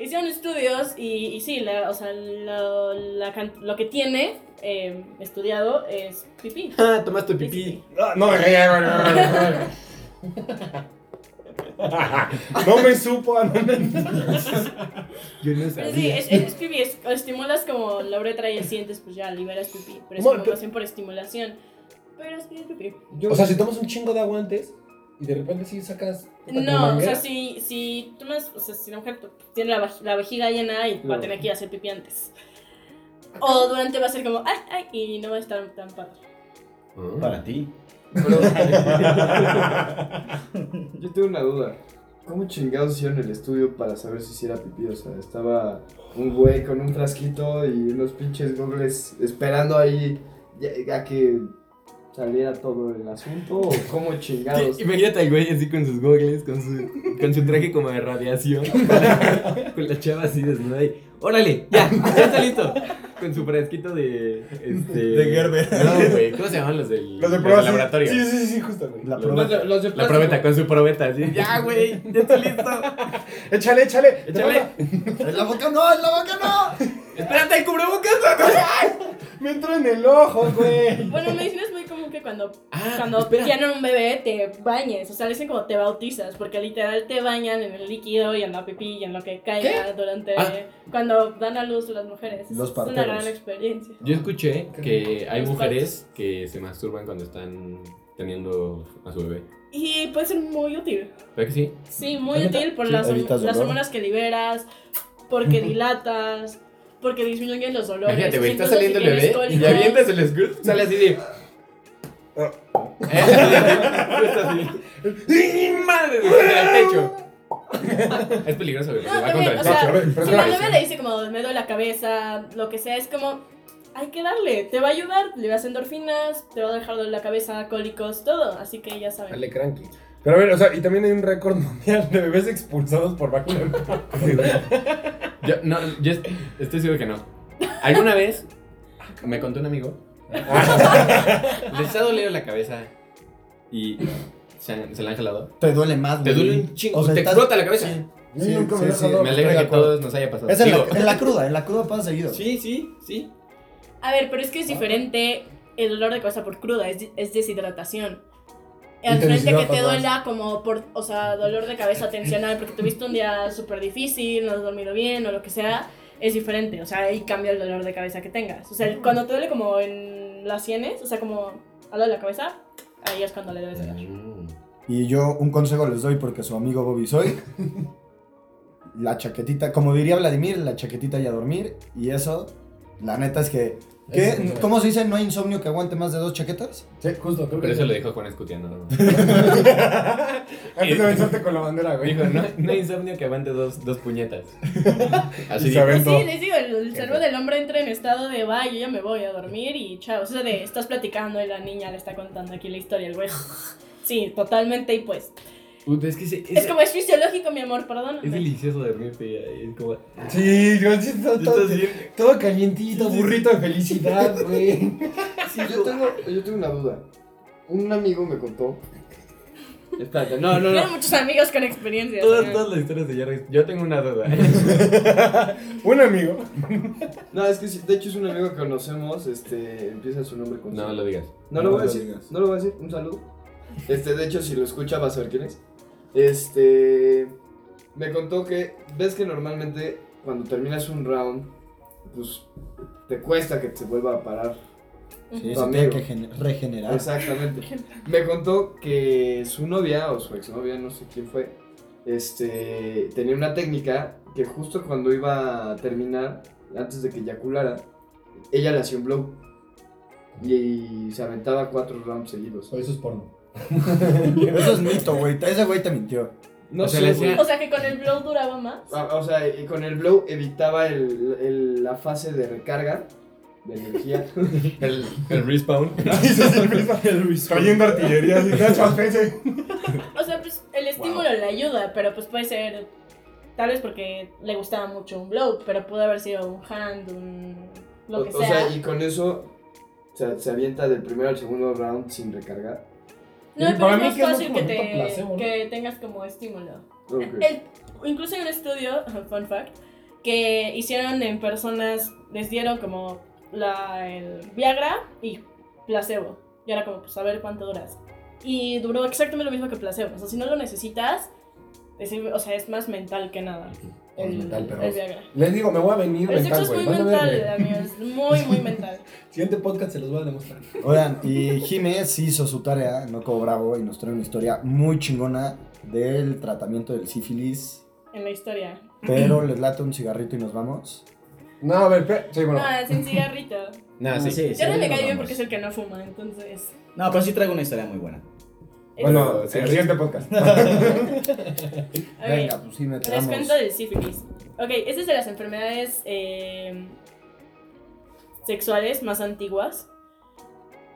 Speaker 5: Hicieron estudios y, y sí, la, o sea, lo, la can- lo que tiene eh, estudiado es pipí.
Speaker 3: Ah, tomaste
Speaker 5: Sí,
Speaker 3: pipí.
Speaker 6: Ah, No, no, no, no, no. No me supo. ah, no, no.
Speaker 3: Yo no
Speaker 5: Pero sí,
Speaker 3: sabía.
Speaker 5: es, es pipí, es- estimulas como la uretra y sientes, pues ya liberas pipí. Pero es
Speaker 6: Bueno,
Speaker 5: como
Speaker 6: pero-
Speaker 5: lo hacen por estimulación. Pero es que es pipí.
Speaker 6: O sea, si tomas un chingo de aguantes y de repente sí sacas.
Speaker 5: No, o sea, si, si tú más- o sea, si la mujer tiene la, vaj- la vejiga llena y va a tener que ir a hacer pipí antes. O durante va a ser como, ay, ay, y no va a estar tan padre.
Speaker 3: Ah.
Speaker 7: Para ti.
Speaker 1: Yo tengo una duda. ¿Cómo chingados hicieron el estudio para saber si sí era pipí? O sea, estaba un güey con un frasquito y unos pinches gogles esperando ahí ya- a que saliera todo el asunto. ¿O cómo chingados?
Speaker 3: [LAUGHS] Sí, imagínate al güey así con sus gogles, con su, con su traje como de [LAUGHS] radiación, con la chava así desnuda y ¡Órale! ¡Ya! ¡Ya está listo! Con su frasquito de... Este...
Speaker 4: De Gerber.
Speaker 3: No, güey, ¿cómo se llaman los del,
Speaker 6: Los de
Speaker 3: los
Speaker 6: prueba.
Speaker 3: del laboratorio?
Speaker 6: Sí, sí, sí, justo, güey.
Speaker 4: La
Speaker 3: Los-
Speaker 4: prueba.
Speaker 1: de- los de
Speaker 3: La
Speaker 1: plástico.
Speaker 3: probeta, con su probeta, así, ¡ya, güey! ¡Ya está listo!
Speaker 6: Échale, échale.
Speaker 3: ¡Échale!
Speaker 4: ¡En la boca no! ¡En la boca no!
Speaker 3: ¡Espérate, el cubrebocas!
Speaker 6: Me entró en el ojo, güey.
Speaker 5: Bueno, en medicina es muy común que cuando,
Speaker 3: Ah,
Speaker 5: cuando
Speaker 3: espera.
Speaker 5: tienen un bebé te bañes. O sea, le dicen como te bautizas, porque literal te bañan en el líquido y en la pipí y en lo que caiga durante.
Speaker 3: Ah.
Speaker 5: Cuando dan a luz las mujeres.
Speaker 4: Los
Speaker 5: es una
Speaker 4: parteros.
Speaker 5: gran experiencia.
Speaker 3: Yo escuché que hay
Speaker 5: Los
Speaker 3: mujeres que se masturban cuando están teniendo a su bebé.
Speaker 5: Y puede ser muy útil.
Speaker 3: ¿Verdad que sí?
Speaker 5: Sí, muy útil por las,
Speaker 4: evitas
Speaker 5: las
Speaker 4: dolor.
Speaker 5: hormonas que liberas, porque dilatas, porque disminuyen los dolores.
Speaker 3: Imagínate, güey, está
Speaker 5: Entonces,
Speaker 3: saliendo
Speaker 5: si
Speaker 3: el bebé
Speaker 5: tienes
Speaker 3: y le
Speaker 5: cólicos-
Speaker 3: avientas el squirt, sale así de. ¡Sí, madre! Contra el techo. Es peligroso, güey, porque
Speaker 5: No,
Speaker 3: va contra
Speaker 5: también,
Speaker 3: el
Speaker 5: o
Speaker 3: techo.
Speaker 5: sea,
Speaker 6: pero- pero
Speaker 5: si
Speaker 6: claro,
Speaker 5: la bebé
Speaker 3: sí.
Speaker 5: le dice como me duele la cabeza, lo que sea, es como hay que darle, te va a ayudar, le vas endorfinas, te va a dejar doler la cabeza, cólicos, todo, así que ya saben.
Speaker 6: Dale cranky. Pero a ver, o sea, y también hay un récord mundial de bebés expulsados por [LAUGHS] vacuna.
Speaker 3: Yo, no, yo est- estoy seguro que no. Alguna vez me contó un amigo. les ha dolido la cabeza y se, han- se la han jalado.
Speaker 4: Te duele más,
Speaker 3: Te
Speaker 4: güey.
Speaker 3: duele un chingo,
Speaker 4: O sea,
Speaker 3: te
Speaker 4: estás-
Speaker 3: explota la cabeza.
Speaker 4: Sí,
Speaker 6: nunca me
Speaker 4: sí,
Speaker 6: he
Speaker 4: sí.
Speaker 6: dejado-
Speaker 3: Me
Speaker 4: estoy de
Speaker 3: alegra que a
Speaker 4: acuerdo.
Speaker 3: todos nos haya pasado.
Speaker 4: Es en la,
Speaker 3: Digo,
Speaker 4: en la cruda, en la cruda pasa seguido.
Speaker 3: sí, sí, sí.
Speaker 5: A ver, pero es que es diferente el dolor de cabeza por cruda, es, di- es deshidratación. Al
Speaker 4: te
Speaker 5: frente que te
Speaker 4: deshidratas más.
Speaker 5: duela como por, o sea, dolor de cabeza tensional porque tuviste un día súper difícil, no has dormido bien o lo que sea, es diferente, o sea, ahí cambia el dolor de cabeza que tengas. O sea, el- cuando te duele como en las sienes, o sea, como al lado de la cabeza, ahí es cuando le debes doler.
Speaker 4: Y yo un consejo les doy porque su amigo Bobby soy. la chaquetita, como diría Vladimir, la chaquetita y a dormir. Y eso, la neta es que. ¿qué?
Speaker 6: Eso es
Speaker 4: ¿Cómo se dice? ¿No hay insomnio que aguante más de dos chaquetas?
Speaker 6: Sí, justo, creo
Speaker 3: Por
Speaker 6: que
Speaker 3: eso lo dijo Juan escuteando.
Speaker 6: Antes de besarte con la bandera, güey.
Speaker 3: Dijo, no, no hay insomnio que aguante dos, dos puñetas. Así
Speaker 6: Y se
Speaker 3: dijo.
Speaker 5: Pues
Speaker 6: aventó.
Speaker 5: sí, les digo, el, el cerebro del hombre entra en estado de, va, yo ya me voy a dormir y chao. O sea, de, estás platicando y la niña le está contando aquí la historia, el güey. Sí, totalmente, y pues.
Speaker 3: Puta, es que se-
Speaker 5: Es
Speaker 3: es,
Speaker 5: como, es fisiológico, mi amor, perdóname.
Speaker 3: es delicioso dormirte. y Es como.
Speaker 6: Sí, yo sí, todo,
Speaker 3: Estás
Speaker 6: todo,
Speaker 3: bien.
Speaker 6: todo calientito, burrito de felicidad, güey.
Speaker 1: yo, tengo, yo tengo una duda. Un amigo me contó.
Speaker 3: Espérate, no, no,
Speaker 5: Tiene
Speaker 3: no.
Speaker 5: muchos amigos con experiencia.
Speaker 3: Todas,
Speaker 5: señor.
Speaker 3: todas las historias de Jerry. Yo tengo una duda.
Speaker 6: Un amigo.
Speaker 1: No, es que sí, de hecho es un amigo que conocemos. Este, empieza su nombre con.
Speaker 3: No
Speaker 1: C.
Speaker 3: lo digas.
Speaker 1: No lo voy a
Speaker 4: No lo
Speaker 1: decir,
Speaker 4: digas.
Speaker 1: no lo voy a decir, un saludo. Este, de hecho, si lo escucha vas a ver quién es. Este, me contó que, ves que normalmente cuando terminas un round, pues te cuesta que te vuelva a parar.
Speaker 4: Sí,
Speaker 1: Tu
Speaker 4: se tiene
Speaker 1: amigo.
Speaker 4: que gen- regenerar.
Speaker 1: Exactamente. Me contó que su novia o su exnovia, no sé quién fue, este, tenía una técnica que justo cuando iba a terminar, antes de que eyaculara, ella le hacía un blow. Y, se aventaba cuatro rounds seguidos.
Speaker 6: Eso es porno.
Speaker 4: Eso es mito, güey. Ese güey te mintió.
Speaker 1: No
Speaker 3: O sea,
Speaker 1: sé,
Speaker 3: le hacía-
Speaker 1: güey.
Speaker 5: O sea, que con el blow duraba más.
Speaker 1: Ah, O sea, y con el blow evitaba el- el- la fase de recarga de energía.
Speaker 3: El, el respawn.
Speaker 6: Trayendo [LAUGHS] artillería, así, tachas, pese.
Speaker 5: O sea, pues el estímulo le ayuda, pero pues puede ser. Tal vez porque le gustaba mucho un blow, pero pudo haber sido un hand, un.
Speaker 1: o,
Speaker 5: [LAUGHS] lo que
Speaker 1: o sea, y con eso se, se avienta del primero al segundo round sin recargar.
Speaker 5: No,
Speaker 6: Y
Speaker 5: pero
Speaker 6: para
Speaker 5: es
Speaker 6: mí
Speaker 5: más
Speaker 6: que es más
Speaker 5: fácil
Speaker 6: como
Speaker 5: que,
Speaker 6: efecto
Speaker 5: te-
Speaker 6: placebo, ¿no?
Speaker 5: que tengas como estímulo.
Speaker 1: Ok.
Speaker 5: El- incluso hay un estudio, fun fact, que hicieron en personas, les dieron como la, el Viagra y placebo. Y era como, pues a ver cuánto duras. Y duró exactamente lo mismo que placebo. O sea, si no lo necesitas, es- o sea, es más mental que nada.
Speaker 6: Más
Speaker 5: El,
Speaker 6: mental, pero-
Speaker 5: el Viagra.
Speaker 6: Les digo, me voy a venir
Speaker 5: El sexo
Speaker 6: mental,
Speaker 5: es muy
Speaker 6: güey. Van a ver,
Speaker 5: mental,
Speaker 6: güey.
Speaker 5: amigos. Muy,
Speaker 6: [LAUGHS]
Speaker 5: muy mental.
Speaker 6: Siguiente podcast se los voy a demostrar.
Speaker 4: Oigan, y Jiménez hizo su tarea, no como bravo, y nos trae una historia muy chingona del tratamiento del sífilis.
Speaker 5: En la historia.
Speaker 4: Pero les late un cigarrito y nos vamos.
Speaker 6: No, a ver, pe- sí, bueno.
Speaker 5: Ah, sin cigarrito.
Speaker 3: No, sí.
Speaker 7: sí,
Speaker 5: Ya no le
Speaker 7: nos
Speaker 5: cae bien
Speaker 7: vamos.
Speaker 5: porque es el que no fuma, entonces.
Speaker 7: No, pero sí traigo una historia muy buena.
Speaker 6: bueno,
Speaker 3: eh,
Speaker 6: el siguiente podcast.
Speaker 5: Ok,
Speaker 4: Venga, pues sí,
Speaker 5: Les
Speaker 4: metamos.
Speaker 5: cuento del sífilis. Ok, esta es de las enfermedades eh, sexuales más antiguas.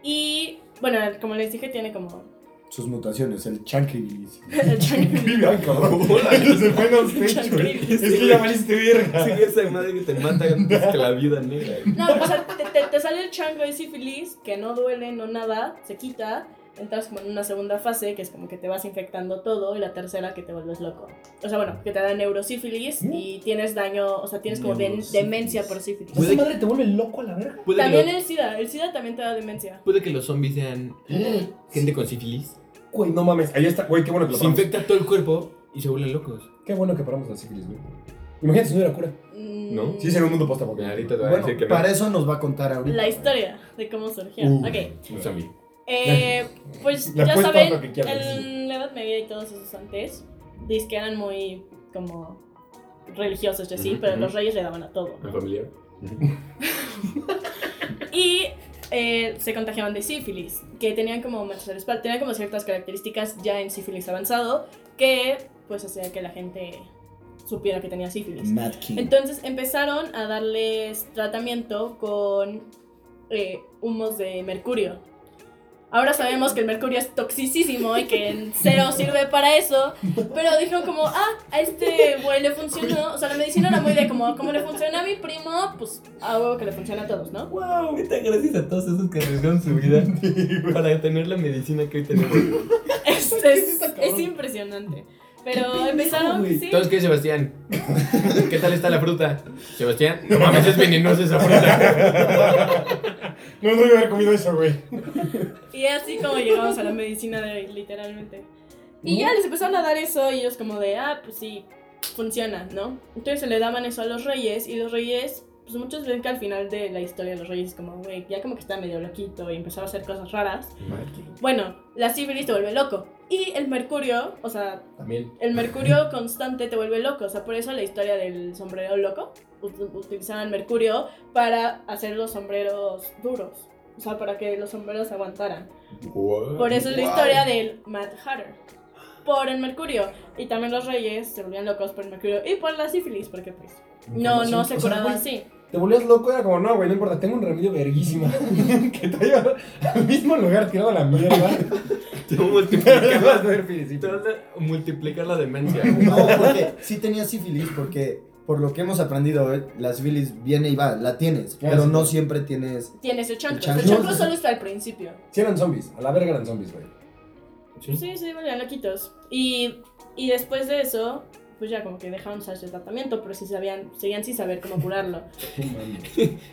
Speaker 5: Y bueno, como les dije, tiene como. [LAUGHS]
Speaker 4: Sus mutaciones, el chanquilis.
Speaker 5: el
Speaker 6: [LAUGHS]
Speaker 5: chancri-
Speaker 6: Vive, cabrón. Se fue en los pechos, güey. Es que ya valiste verga.
Speaker 3: Sí, esa madre que te mata es que la vida negra.
Speaker 5: No, o sea, te, te- te sale el chango de sífilis, que no duele, no nada, se quita. entras como en una segunda fase, que es como que te vas infectando todo, y la tercera que te vuelves loco. O sea, bueno, que te da neurosífilis
Speaker 6: ¿Eh?
Speaker 5: y tienes daño, o sea, tienes como de-
Speaker 2: Neurosífilis.
Speaker 5: demencia por sífilis.
Speaker 6: Esa madre te vuelve loco a la verga.
Speaker 3: Puede que,
Speaker 5: También
Speaker 3: lo-
Speaker 5: el SIDA, el SIDA también te da demencia.
Speaker 3: puede que los zombies sean [GASPS] gente con sífilis.
Speaker 6: Güey, no mames. Ahí está, güey, qué bueno que lo
Speaker 3: Se
Speaker 6: paramos.
Speaker 3: infecta todo el cuerpo y se vuelven locos.
Speaker 6: Qué bueno que paramos la sífilis, güey. Imagínate si no era cura.
Speaker 3: ¿No?
Speaker 5: Mm,
Speaker 6: Sí, sería un mundo posta
Speaker 3: Porque
Speaker 6: porque
Speaker 3: ahorita te van a
Speaker 4: Bueno,
Speaker 3: decir que no.
Speaker 4: para eso nos va a contar ahorita.
Speaker 5: La historia de cómo surgió.
Speaker 6: Uh. [LAUGHS]
Speaker 5: Ok.
Speaker 3: Un zombie.
Speaker 5: Eh, pues
Speaker 6: Le
Speaker 5: ya
Speaker 6: apuesto
Speaker 5: saben,
Speaker 6: lo que quieras.
Speaker 5: en la Edad Media y todos esos antes, dicen que eran muy como religiosos y así,
Speaker 3: Ujú,
Speaker 5: pero
Speaker 3: ujú.
Speaker 5: los reyes le daban a todo.
Speaker 3: ¿Un familiar?
Speaker 5: Y eh, se contagiaban de sífilis, que tenían como manchas en la espalda, tenían como ciertas características ya en sífilis avanzado, que pues hacía que la gente supiera que tenía sífilis.
Speaker 4: Mad King.
Speaker 5: Entonces empezaron a darles tratamiento con eh, humos de mercurio. Ahora sabemos que el mercurio es toxicísimo y que en cero sirve para eso, pero dijeron como, ah, a este güey le funcionó, o sea, la medicina era muy de como, como le funciona a mi primo, pues a huevo que le funciona a todos, [LAUGHS] ¿no?
Speaker 3: ¡Wow! Neta, gracias a todos esos que arriesgaron su vida para tener la medicina que hoy tenemos.
Speaker 5: Es, Este es, es impresionante. Pero empezaron, sí,
Speaker 3: Entonces, ¿qué, Sebastián? ¿Qué tal está la fruta? Sebastián, no mames, es venenosa esa fruta.
Speaker 6: No debe haber comido eso, güey.
Speaker 5: Y así como llegamos a la medicina de hoy, literalmente. Y ya les empezaron a dar eso y ellos como de, ah, pues sí, funciona, ¿no? Entonces se le daban eso a los reyes y los reyes, pues muchos ven que al final de la historia de los reyes como, güey, ya como que está medio loquito y empezaba a hacer cosas raras. Bueno, la sífilis te vuelve loco. Y el mercurio, o sea,
Speaker 3: También.
Speaker 5: el mercurio constante te vuelve loco. O sea, por eso la historia del sombrero loco. ut- Utilizaban mercurio para hacer los sombreros duros. O sea, para que los sombreros aguantaran. Por eso es la historia del Mad Hatter. Por el mercurio. Y también los reyes se volvían locos por el mercurio. Y por la sífilis, porque pues no, no se
Speaker 6: O sea,
Speaker 5: curaba
Speaker 6: güey,
Speaker 5: así.
Speaker 6: Te volvías loco, era como, no, güey, no importa, tengo un remedio verguísima [LAUGHS] que te lleva al mismo lugar tirado a la mierda. [LAUGHS]
Speaker 3: Tú
Speaker 6: Pero vas
Speaker 3: multiplicas la,
Speaker 6: a ver
Speaker 3: tú
Speaker 6: filicidio.
Speaker 3: vas a multiplicar la demencia.
Speaker 4: No, porque sí tenía sífilis, porque por lo que hemos aprendido, eh, la sífilis viene y va, la tienes,
Speaker 6: Claro,
Speaker 4: pero
Speaker 6: sí.
Speaker 4: no siempre
Speaker 5: [LAUGHS]
Speaker 4: tienes.
Speaker 5: Tienes el chancro.
Speaker 4: chancro.
Speaker 5: El chancro solo está al principio.
Speaker 6: Sí eran zombies, a la verga eran zombies, güey.
Speaker 5: Sí, sí, volvían loquitos. Y, y después de eso, pues ya como que dejaron usar ese tratamiento, pero sí sabían, seguían sin saber cómo
Speaker 6: [LAUGHS]
Speaker 5: curarlo.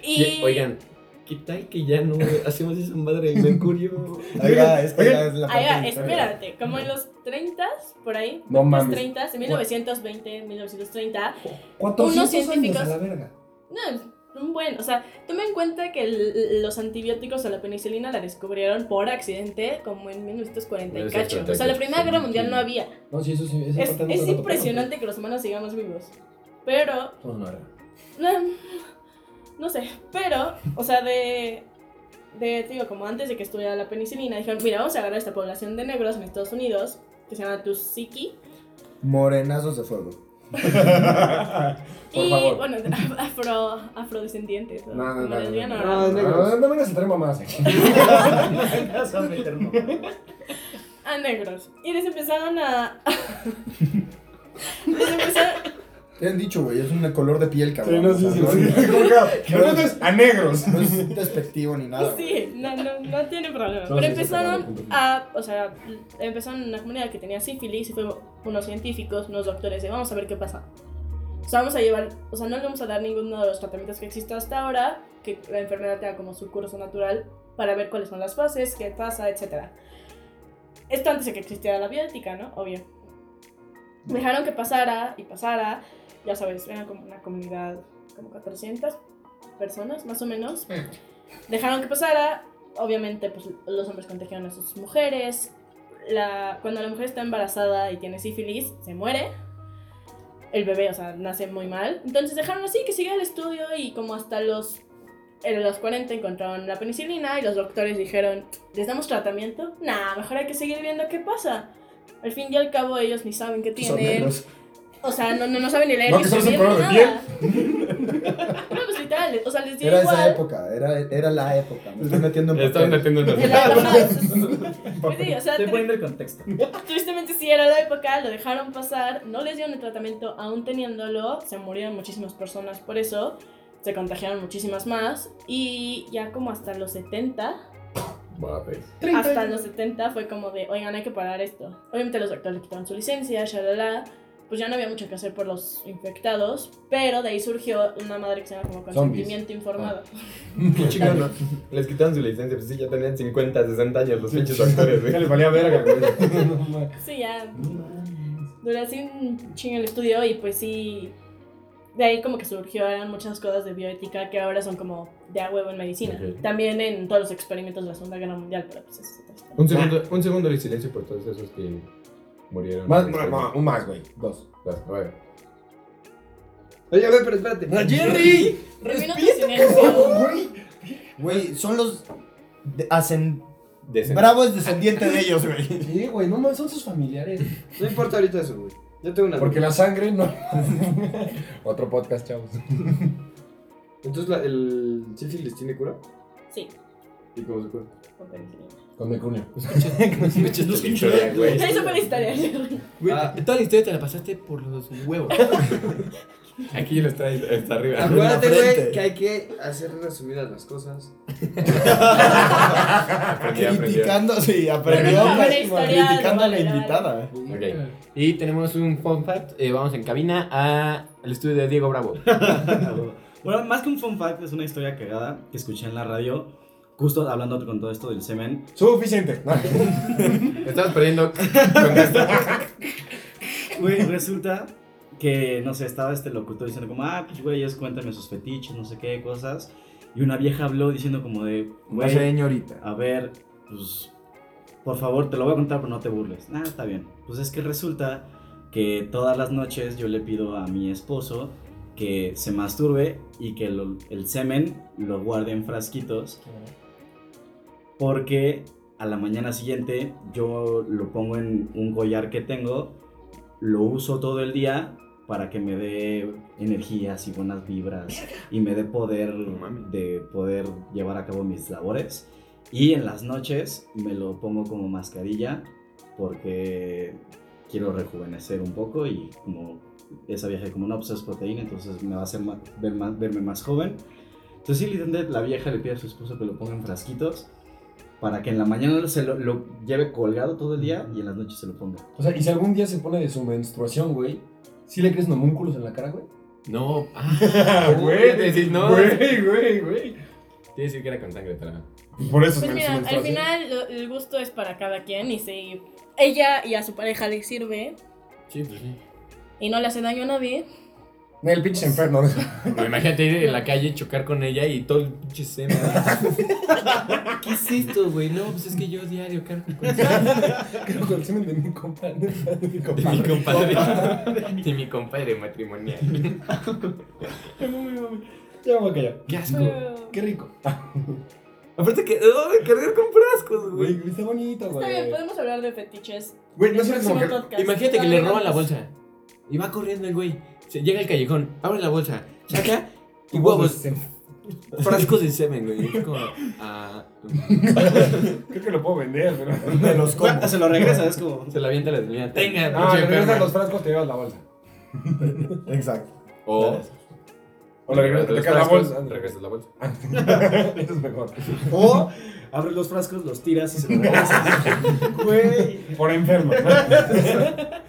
Speaker 5: y,
Speaker 3: Ye- Oigan, ¿qué tal que ya no hacemos esa madre del mercurio?
Speaker 4: Ahí va, esta
Speaker 6: Oigan,
Speaker 4: ya es la
Speaker 5: ahí va,
Speaker 4: parte de-
Speaker 5: espérate, como en los 30 por ahí,
Speaker 6: No
Speaker 5: los
Speaker 6: mames.
Speaker 5: 30 en 1920, 1930,
Speaker 6: 400
Speaker 5: Unos
Speaker 6: años
Speaker 5: científicos-
Speaker 6: a la verga.
Speaker 5: no, es un buen, o sea, toma en cuenta que el- los antibióticos o la penicilina la descubrieron por accidente como en 1940 y cacho. O sea, la Primera Guerra Mundial no había.
Speaker 6: No, sí, eso sí. esa
Speaker 5: Es,
Speaker 6: parte no
Speaker 5: es
Speaker 6: se la tocaron.
Speaker 5: impresionante que los humanos sigamos vivos. Pero
Speaker 6: No, no era.
Speaker 5: No, no sé, pero, o sea, de, de, te digo, como antes de que estudiara la penicilina, dijeron, mira, vamos a agarrar esta población de negros en Estados Unidos, que se llama Tuskegee,
Speaker 4: Morenazos de fuego.
Speaker 6: Por
Speaker 5: y,
Speaker 6: favor.
Speaker 5: bueno, [LAUGHS] afro, afrodescendientes, ¿no?
Speaker 1: No, no,
Speaker 5: Como
Speaker 1: no, no,
Speaker 5: lesbiana,
Speaker 1: no,
Speaker 5: ¿verdad?
Speaker 1: no, no.
Speaker 6: Ah, No, no vengas a traer mamadas aquí.
Speaker 5: a negros. Y les empezaron a... [LAUGHS] les empezaron...
Speaker 4: Te han dicho, güey, es un color de piel,
Speaker 6: Sí,
Speaker 4: cabrón.
Speaker 6: no,
Speaker 4: o sea,
Speaker 6: [LAUGHS] sí, sí,
Speaker 4: no-
Speaker 6: sí. Que no es a negros.
Speaker 4: No es despectivo ni nada. güey.
Speaker 5: Sí, no, no, no tiene problema.
Speaker 6: Solo
Speaker 5: Pero
Speaker 6: se hizo para
Speaker 5: empezaron
Speaker 6: el punto.
Speaker 5: a, o sea, empezaron en una comunidad que tenía sífilis y fue unos científicos, unos doctores de vamos a ver qué pasa. O sea, vamos a llevar, o sea, no le vamos a dar ninguno de los tratamientos que existe hasta ahora, que la enfermedad tenga como su curso natural, para ver cuáles son las fases, qué pasa, etc. Esto antes de que existiera la biótica, ¿no? Obvio. Dejaron que pasara y pasara, ya sabes, era como una comunidad, como 400 personas, más o menos. Dejaron que pasara, obviamente pues los hombres contagiaron a sus mujeres. La, cuando la mujer está embarazada y tiene sífilis, se muere. El bebé, o sea, nace muy mal. Entonces dejaron así que siga el estudio y como hasta los, en los 40 encontraron la penicilina y los doctores dijeron, ¿les damos tratamiento? Nah, mejor hay que seguir viendo qué pasa. Al fin y al cabo ellos ni saben qué
Speaker 6: Son
Speaker 5: tienen.
Speaker 6: negros.
Speaker 5: O sea, no, no, no saben ni leer
Speaker 6: No,
Speaker 5: ni
Speaker 6: que solo se
Speaker 5: escribir ni
Speaker 6: fueron de
Speaker 5: nada. [LAUGHS] no, pues literal, o sea, les dio
Speaker 4: Era esa
Speaker 5: igual. [LAUGHS]
Speaker 4: época, era, era la época. Me estoy metiendo en
Speaker 3: Estaban
Speaker 4: papel.
Speaker 3: metiendo
Speaker 5: En la
Speaker 6: [LAUGHS]
Speaker 5: época- Pues sí, o sea,
Speaker 2: Estoy
Speaker 5: tri-
Speaker 2: poniendo el contexto.
Speaker 5: tristemente sí era la época, lo dejaron pasar, no les dieron el tratamiento aún teniéndolo, se murieron muchísimas personas por eso, se contagiaron muchísimas más y ya como hasta los 70 hasta los 70 fue como de, oigan, hay que parar esto. Obviamente los doctores le quitaron su licencia, shalala. Pues ya no había mucho que hacer por los infectados, pero de ahí surgió una madre que se llama como consentimiento informado.
Speaker 3: Qué chingón, ¿no? Les quitaron su licencia, pues sí, ya tenían 50, 60 años los pinches actores,
Speaker 6: Ya [LAUGHS]
Speaker 3: güey.
Speaker 6: les valía verga, [LAUGHS] güey. No mames.
Speaker 5: Sí, ya duré así un chingo el estudio y pues sí, de ahí como que surgió, eran muchas cosas de bioética que ahora son como de a huevo en medicina.
Speaker 3: Ok.
Speaker 5: También en todos los experimentos de la Segunda Guerra Mundial, pero pues eso es otra historia.
Speaker 3: Un segundo, un segundo de silencio por todos esos que murieron.
Speaker 6: Más, no, no, un más, güey. Dos.
Speaker 3: Las- bueno.
Speaker 1: Oye, a ver, pero espérate.
Speaker 4: ¡Jerry!
Speaker 5: Termino tu silencio.
Speaker 4: Güey, son los. de- hacen.
Speaker 3: Descend-
Speaker 4: Bravo es descendiente de ellos, güey.
Speaker 6: Sí, güey, no mames, son sus familiares.
Speaker 1: No importa ahorita eso, güey. Yo tengo una
Speaker 6: Porque
Speaker 1: duda.
Speaker 6: la sangre no. Otro podcast, chavos.
Speaker 1: Entonces, la- ¿el sífilis tiene cura?
Speaker 5: Sí,
Speaker 1: ¿Y cómo se cura?
Speaker 5: con penicilina.
Speaker 6: Con mecunio.
Speaker 3: Pinches de la historia, güey.
Speaker 5: Eso fue la historia.
Speaker 3: Güey,
Speaker 1: Ah.
Speaker 3: toda la historia te la pasaste por los huevos. Aquí lo está, está
Speaker 1: [LAUGHS]
Speaker 3: arriba.
Speaker 1: Acuérdate,
Speaker 4: la frente.
Speaker 1: güey, que hay que hacer resumidas las cosas.
Speaker 3: [LAUGHS] Aprendí, aprendí.
Speaker 4: Criticando, sí,
Speaker 5: Pero
Speaker 4: aprendió.
Speaker 5: no,
Speaker 4: güey,
Speaker 5: la historia
Speaker 4: Criticando a la
Speaker 5: no vale, no
Speaker 4: invitada.
Speaker 3: Ok. Y tenemos un fun fact. eh, vamos en cabina a- al estudio de Diego Bravo.
Speaker 2: [LAUGHS] Bueno, más que un fun fact, es una historia cagada que escuché en la radio, justo hablando con todo esto del semen.
Speaker 6: Suficiente. No.
Speaker 3: Estamos perdiendo con esto.
Speaker 2: Güey, resulta que, no sé, estaba este locutor diciendo como, ah, pues güey, ellos cuéntame sus fetiches, no sé qué, cosas. Y una vieja habló diciendo como de,
Speaker 4: Una
Speaker 2: güey,
Speaker 4: señorita.
Speaker 2: A ver, pues, por favor, te lo voy a contar, pero no te burles. Ah, está bien. Pues es que resulta que todas las noches yo le pido a mi esposo que se masturbe y que lo- el semen lo guarde en frasquitos. Porque a la mañana siguiente yo lo pongo en un collar que tengo, lo uso todo el día para que me dé energías y buenas vibras y me dé poder
Speaker 3: mames.
Speaker 2: de poder llevar a cabo mis labores. Y en las noches me lo pongo como mascarilla porque quiero rejuvenecer un poco y como esa vieja como no, pues es proteína, entonces me va a hacer ma- ver más, verme más joven. Entonces sí, literalmente, la vieja le pide a su esposo que lo ponga en frasquitos para que en la mañana se lo, lo lleve colgado todo el día y en las noches se lo ponga.
Speaker 6: O sea, y si algún día se pone de su menstruación, güey, ¿sí le crees nomúnculos en la cara, güey?
Speaker 3: [LAUGHS] No. Ah, güey. Te decís, no. Tiene
Speaker 6: Güey, güey, güey.
Speaker 3: que decir que era con sangre, pero.
Speaker 6: Pues Por eso es
Speaker 5: Pues
Speaker 6: men- su
Speaker 5: mira, al
Speaker 6: menstruación.
Speaker 5: final lo- el gusto es para cada quien y si ella y a su pareja le sirve
Speaker 3: Sí, pues sí.
Speaker 5: y no le hace daño a nadie,
Speaker 6: El pinche enfermo.
Speaker 3: Pero imagínate ir en la calle y chocar con ella y todo el pinche semen. [LAUGHS] ¿Qué es esto, güey? No, pues es que yo diario cargo con
Speaker 6: Creo que el semen de mi compadre. [LAUGHS] De mi
Speaker 3: De mi [LAUGHS]
Speaker 6: compadre. [LAUGHS]
Speaker 3: compadre. De mi compadre matrimonial.
Speaker 6: Ya voy a callar.
Speaker 3: Qué
Speaker 5: pues,
Speaker 3: asco.
Speaker 6: Qué rico.
Speaker 3: Aparte que. ¡Ay, cargar con frascos, güey!
Speaker 6: Güey, está bonito,
Speaker 5: está bien,
Speaker 6: güey.
Speaker 5: podemos hablar de fetiches.
Speaker 6: Güey,
Speaker 5: en
Speaker 6: no
Speaker 5: el
Speaker 6: sientes como que.
Speaker 5: próximo podcast.
Speaker 3: Imagínate que le
Speaker 5: Hablamos.
Speaker 3: roban la bolsa. Y va corriendo el güey. Se llega al callejón, abre la bolsa, saca y huevos. Frascos de semen, güey. Es como. ah,
Speaker 6: Creo que lo puedo vender, [LAUGHS] pero.
Speaker 4: Me los como.
Speaker 2: Se lo regresa, es [LAUGHS] como...
Speaker 3: se la avienta la señora. Tenga,
Speaker 6: Ah,
Speaker 3: pinche
Speaker 6: regresas
Speaker 3: enferma.
Speaker 6: los frascos, te llevas la bolsa.
Speaker 4: Exacto.
Speaker 3: O.
Speaker 6: O la regresas, te
Speaker 3: los
Speaker 6: cae la
Speaker 3: frascos,
Speaker 6: bolsa.
Speaker 3: Regresas la bolsa.
Speaker 6: Eso [LAUGHS] es mejor.
Speaker 2: [LAUGHS]
Speaker 4: O
Speaker 2: Abre los frascos, los tiras y [LAUGHS] se lo regresa.
Speaker 6: Güey. Por enfermo. [LAUGHS] ¿no?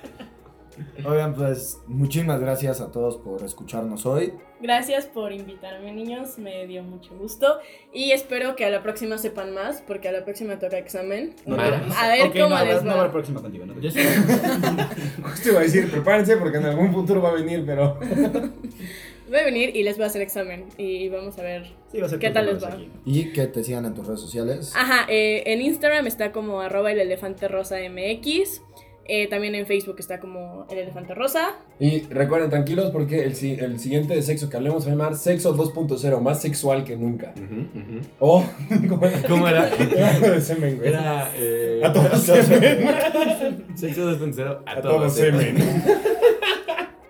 Speaker 4: Oigan, pues muchísimas gracias a todos por escucharnos hoy.
Speaker 5: Gracias por invitarme, niños, me dio mucho gusto y espero que a la próxima sepan más porque a la próxima toca examen.
Speaker 3: No,
Speaker 5: A ver
Speaker 2: Ok,
Speaker 5: cómo
Speaker 2: no,
Speaker 5: les
Speaker 2: no habrá
Speaker 5: va.
Speaker 2: próxima contigo, no te-
Speaker 3: Ya sé.
Speaker 6: Justo iba a decir, prepárense porque en algún futuro va a venir, pero.
Speaker 5: Voy a venir y les voy a hacer examen y vamos a ver.
Speaker 2: Sí, va a ser
Speaker 5: ¿Qué
Speaker 2: tu
Speaker 5: tal
Speaker 2: primera
Speaker 5: les va?
Speaker 2: vez aquí.
Speaker 4: Y que te sigan en tus redes sociales.
Speaker 5: Ajá, eh, en Instagram está como arroba el elefante rosa MX. eh, también en Facebook está como el elefante rosa.
Speaker 6: Y recuerden, tranquilos, porque el, si- el siguiente de sexo que hablemos se va a llamar Sexo 2.0, más sexual que nunca.
Speaker 3: Ujú, ujú.
Speaker 6: Oh, [LAUGHS] ¿cómo era?
Speaker 3: ¿Cómo [LAUGHS] era?
Speaker 6: Era de semen, güey.
Speaker 3: Era. eh,
Speaker 6: A todo [LAUGHS] semen.
Speaker 3: Sexo 2.0 a,
Speaker 6: A
Speaker 3: todos.
Speaker 6: todo semen.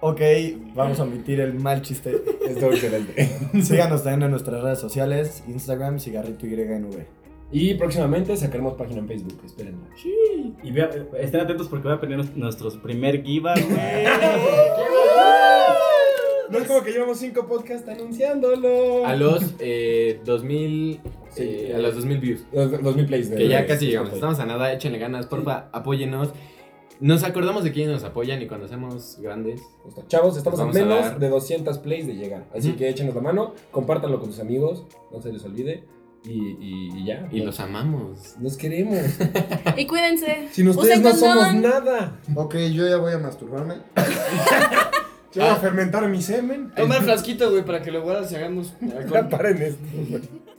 Speaker 4: Ok, vamos a omitir el mal chiste.
Speaker 5: [LAUGHS]
Speaker 6: Estuvo excelente.
Speaker 4: Síganos también en nuestras redes sociales, Instagram, cigarrito YNV.
Speaker 6: Y próximamente sacaremos página en Facebook, espérenla.
Speaker 2: Y vea- eh,
Speaker 5: [LAUGHS]
Speaker 2: estén atentos porque voy a poner nuestros primer giveaway.
Speaker 6: No es como que llevamos cinco podcasts anunciándolo.
Speaker 3: A los eh, 2000.
Speaker 6: Sí,
Speaker 3: eh,
Speaker 6: eh,
Speaker 3: a los 2000 views.
Speaker 6: Los, los mil plays de
Speaker 3: Que ya
Speaker 6: de-
Speaker 3: casi
Speaker 6: de
Speaker 3: llegamos.
Speaker 6: Spotify.
Speaker 3: Estamos a nada, échenle ganas, porfa, apóyennos. Nos acordamos de quiénes nos apoyan y cuando seamos grandes.
Speaker 6: Chavos, estamos a
Speaker 3: Vamos a
Speaker 6: menos
Speaker 3: dar-
Speaker 6: de 200 plays de llegar. Así
Speaker 3: Ujú.
Speaker 6: que échenos la mano, compártanlo con sus amigos, no se les olvide. Y, y- y ya.
Speaker 3: Y los amamos.
Speaker 6: Nos queremos.
Speaker 5: Y cuídense.
Speaker 6: [LAUGHS] Sin ustedes
Speaker 5: Usen
Speaker 6: no
Speaker 5: condón.
Speaker 6: somos nada.
Speaker 4: Ok, yo ya voy a masturbarme.
Speaker 6: Yo voy a fermentar mi semen.
Speaker 1: [LAUGHS] Toma el frasquito, güey, para que lo guardas y hagamos.
Speaker 6: Ya paren esto. güey.